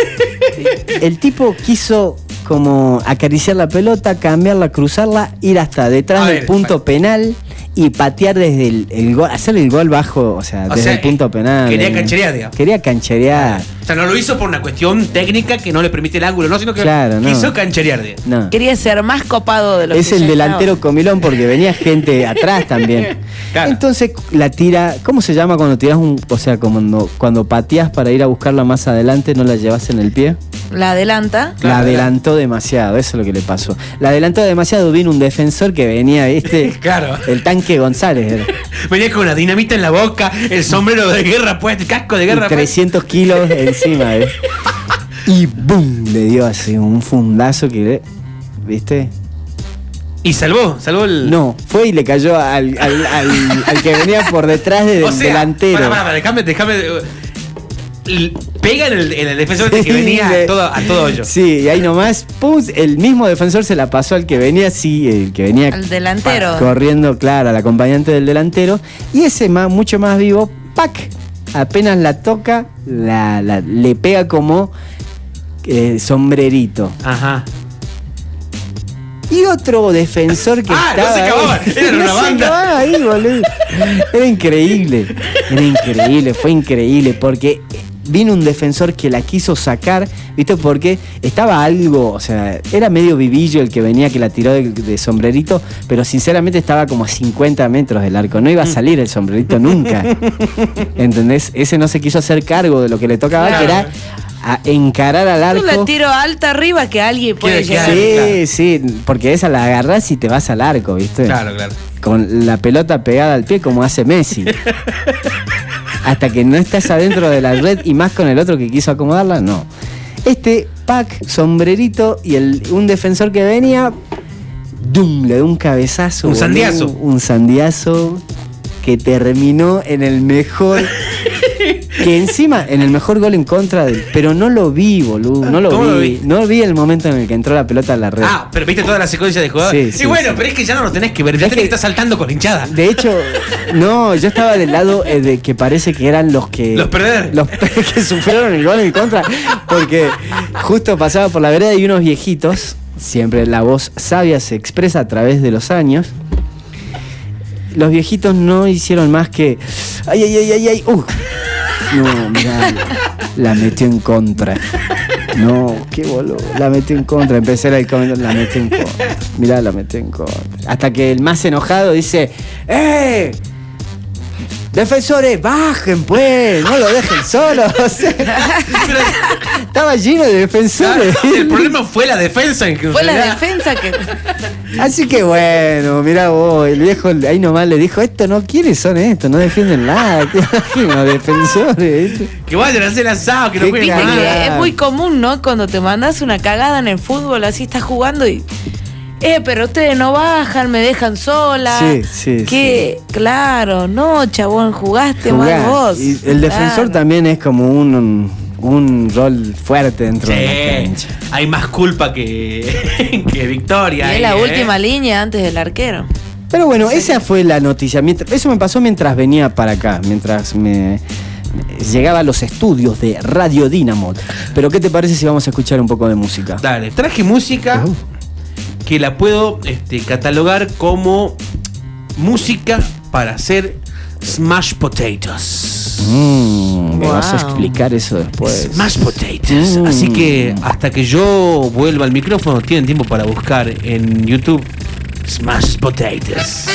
A: El tipo quiso como acariciar la pelota, cambiarla, cruzarla, ir hasta detrás
B: A
A: del
B: ver,
A: punto
B: pa-
A: penal y patear desde el, el gol, hacer el gol bajo, o sea,
B: O
A: desde
B: sea,
A: el punto penal.
B: Ah, quería
A: eh.
B: cancherear, digamos.
A: Quería cancherear.
B: O sea, no lo hizo por una cuestión técnica que no le permite el ángulo, no, sino que
A: Claro, no.
B: quiso cancherear, digamos.
A: No.
C: Quería ser más copado de lo
A: Ah. Es
C: que
A: el
C: ya
A: delantero comilón porque venía gente atrás también.
B: Claro.
A: Entonces la tira, ¿cómo se llama cuando tiras un, o sea, cuando, cuando pateas para ir a buscarla más adelante, no la llevas en el pie?
C: estaba. La adelanta.
A: La
B: Claro,
A: adelantó demasiado, eso es lo que le pasó. La adelantó demasiado, vino un defensor que venía, ¿viste?
B: Claro.
A: El tanque González. eh. era.
B: Venía con una dinamita en la boca, el sombrero de guerra puesto, el casco de guerra
A: Y 300 kilos encima, ¿eh? Y ¡boom! Le dio así un fundazo que... ¿Viste?
B: puesto. Y salvó, salvó el.
A: No, fue y le cayó al, al- al- al que venía por detrás de- del
B: o sea,
A: delantero.
B: Para, para, para, déjame, déjame. eh, l- Pega en el, en el defensor que
A: Sí,
B: venía
A: le-
B: a todo, a todo hoyo.
A: Sí, y ahí nomás, ¡pum! el mismo defensor se la pasó al que venía, sí, el que venía
C: Al delantero.
A: corriendo, claro, al acompañante del delantero. Y ese más, mucho más vivo, ¡pac! Apenas la toca, la, la- le pega como eh, sombrerito.
B: Ajá.
A: Y otro defensor que
B: Ah, no
A: estaba.
B: se acababan,
A: ahí.
B: eran
A: No
B: una
A: se
B: banda.
A: acababa ahí, boludo. Era increíble. Era increíble, fue increíble. Porque vino un defensor que la quiso sacar, ¿viste? Porque estaba algo, o sea, era medio vivillo el que venía, que la tiró de, de sombrerito, pero sinceramente estaba como a 50 metros del arco, no iba a
B: Mm.
A: salir el sombrerito nunca. ¿Entendés? Ese no se quiso hacer cargo de lo que le tocaba, que era
B: Claro.
A: a encarar al
C: Yo la
A: arco.
C: tiro alta arriba que alguien puede
B: Quiere que
C: llegar.
A: Sí,
B: Claro.
A: sí, porque esa la agarrás y te vas al arco, ¿viste?
B: Claro, claro.
A: Con la pelota pegada al pie como hace Messi. Hasta que no estás adentro de la red y más con el otro que quiso acomodarla, no. Este pack, sombrerito y el, un defensor que venía, ¡dum! Le dio un cabezazo.
B: Un
A: boludo,
B: sandiazo.
A: Un sandiazo que terminó en el mejor. Que encima, en el mejor gol en contra del. Pero no lo vi, boludo. No lo
B: ¿Cómo lo
A: vi.
B: viste?
A: no vi el momento en el que entró la pelota a la red.
B: Ah, pero viste toda la secuencia de jugadores.
A: Sí,
B: y
A: sí,
B: bueno,
A: sí.
B: pero es que ya no lo tenés que ver, ya
A: Es
B: tenés que
A: que-
B: estar saltando con hinchada.
A: De hecho, no, yo estaba del lado eh, de que parece que eran los que.
B: Los perdedores.
A: Los pe- que sufrieron el gol en contra. Porque justo pasaba por la vereda y unos viejitos. Siempre la voz sabia se expresa a través de los años. Los viejitos no hicieron más que. ¡Ay, ay, ay, ay, ay! ¡Uh! No, mirá, la metió en contra. No, qué boludo. La metió en contra. Empecé a ir comentando, la metió en contra. Mirá, la metió en contra. Hasta que el más enojado dice, ¡eh! Defensores, bajen pues, no lo dejen solo. O sea,
B: Pero-
A: estaba lleno de defensores.
B: el problema fue la defensa. en que-
C: Fue la defensa que.
A: Así que bueno, mirá vos, el viejo ahí nomás le dijo, esto no, ¿quiénes son estos? No defienden nada, ¿te imaginas? defensores. ¿viste?
B: Que vayan a hacer asado, que no
A: Qué
B: jueguen
C: Viste
A: Ah.
B: nada.
C: que es muy común, ¿no? Cuando te mandas una cagada en el fútbol, así estás jugando y. Eh, pero ustedes no bajan, me dejan sola.
A: Sí, sí,
C: Que, claro, no, chabón, jugaste
A: Jugá.
C: mal vos.
A: Y el defensor
C: Claro.
A: también es como un, un, un rol fuerte dentro de la
B: Sí,
A: cancha.
B: hay más culpa que, que
C: Y
B: victoria.
C: es
B: ahí,
C: la
B: ¿eh?
C: última línea antes del arquero.
A: Pero bueno, esa fue la noticia. Mientras- eso me pasó mientras venía para acá, mientras me llegaba a los estudios de Radio Dynamo. Pero ¿qué te parece si vamos a escuchar un poco de música?
B: Dale, traje música
A: Ujú.
B: que la puedo este, catalogar como música para hacer smash potatoes.
A: Mm, me vas a
C: Wow.
A: explicar eso después.
C: Pues.
B: Smash potatoes.
A: Mm.
B: Así que hasta que yo vuelva al micrófono, tienen tiempo para buscar en YouTube Smash potatoes.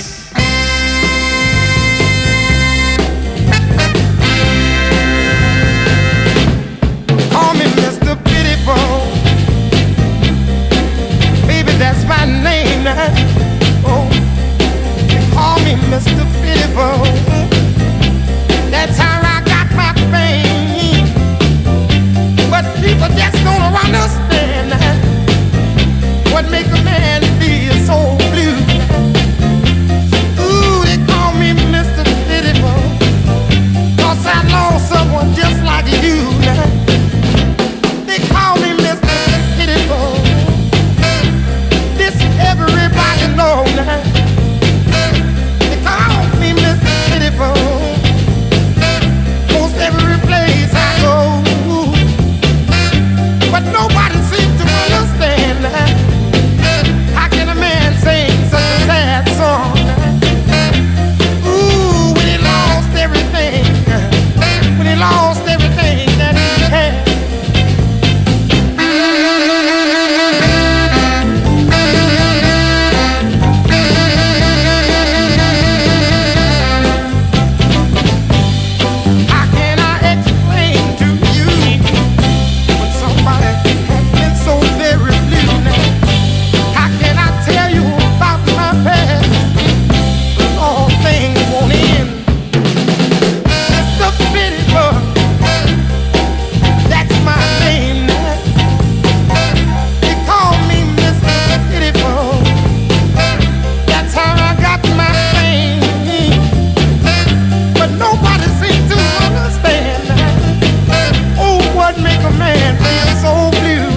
D: Call me Mr. Pitiful. Baby, that's my name. Now. Oh, they call me Mr. Pitiful. That's how I got my fame. But people just don't understand what make a man feel so blue. Ooh, they call me Mr. Pitiful. 'cause I know someone just like you. Now. They call me Mr. Pitiful. This everybody know now. They call me Mr. Pitiful. Most every place I go. But nobody seems to understand How can a man sing such a sad song? Ooh, when he lost everything. When he lost everything that he had. How can I explain to you when somebody has been so very blue? How can I tell you about my past? When all things won't end. It's the pity, but that's my name now. They call me Mr. Pitiful. That's how I got my fame. But nobody seems to understand Oh, what make a man feel so blue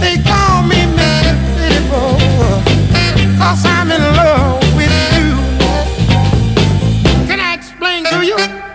D: They call me Mr. Pitiful Cause I'm in love with you Can I explain to you?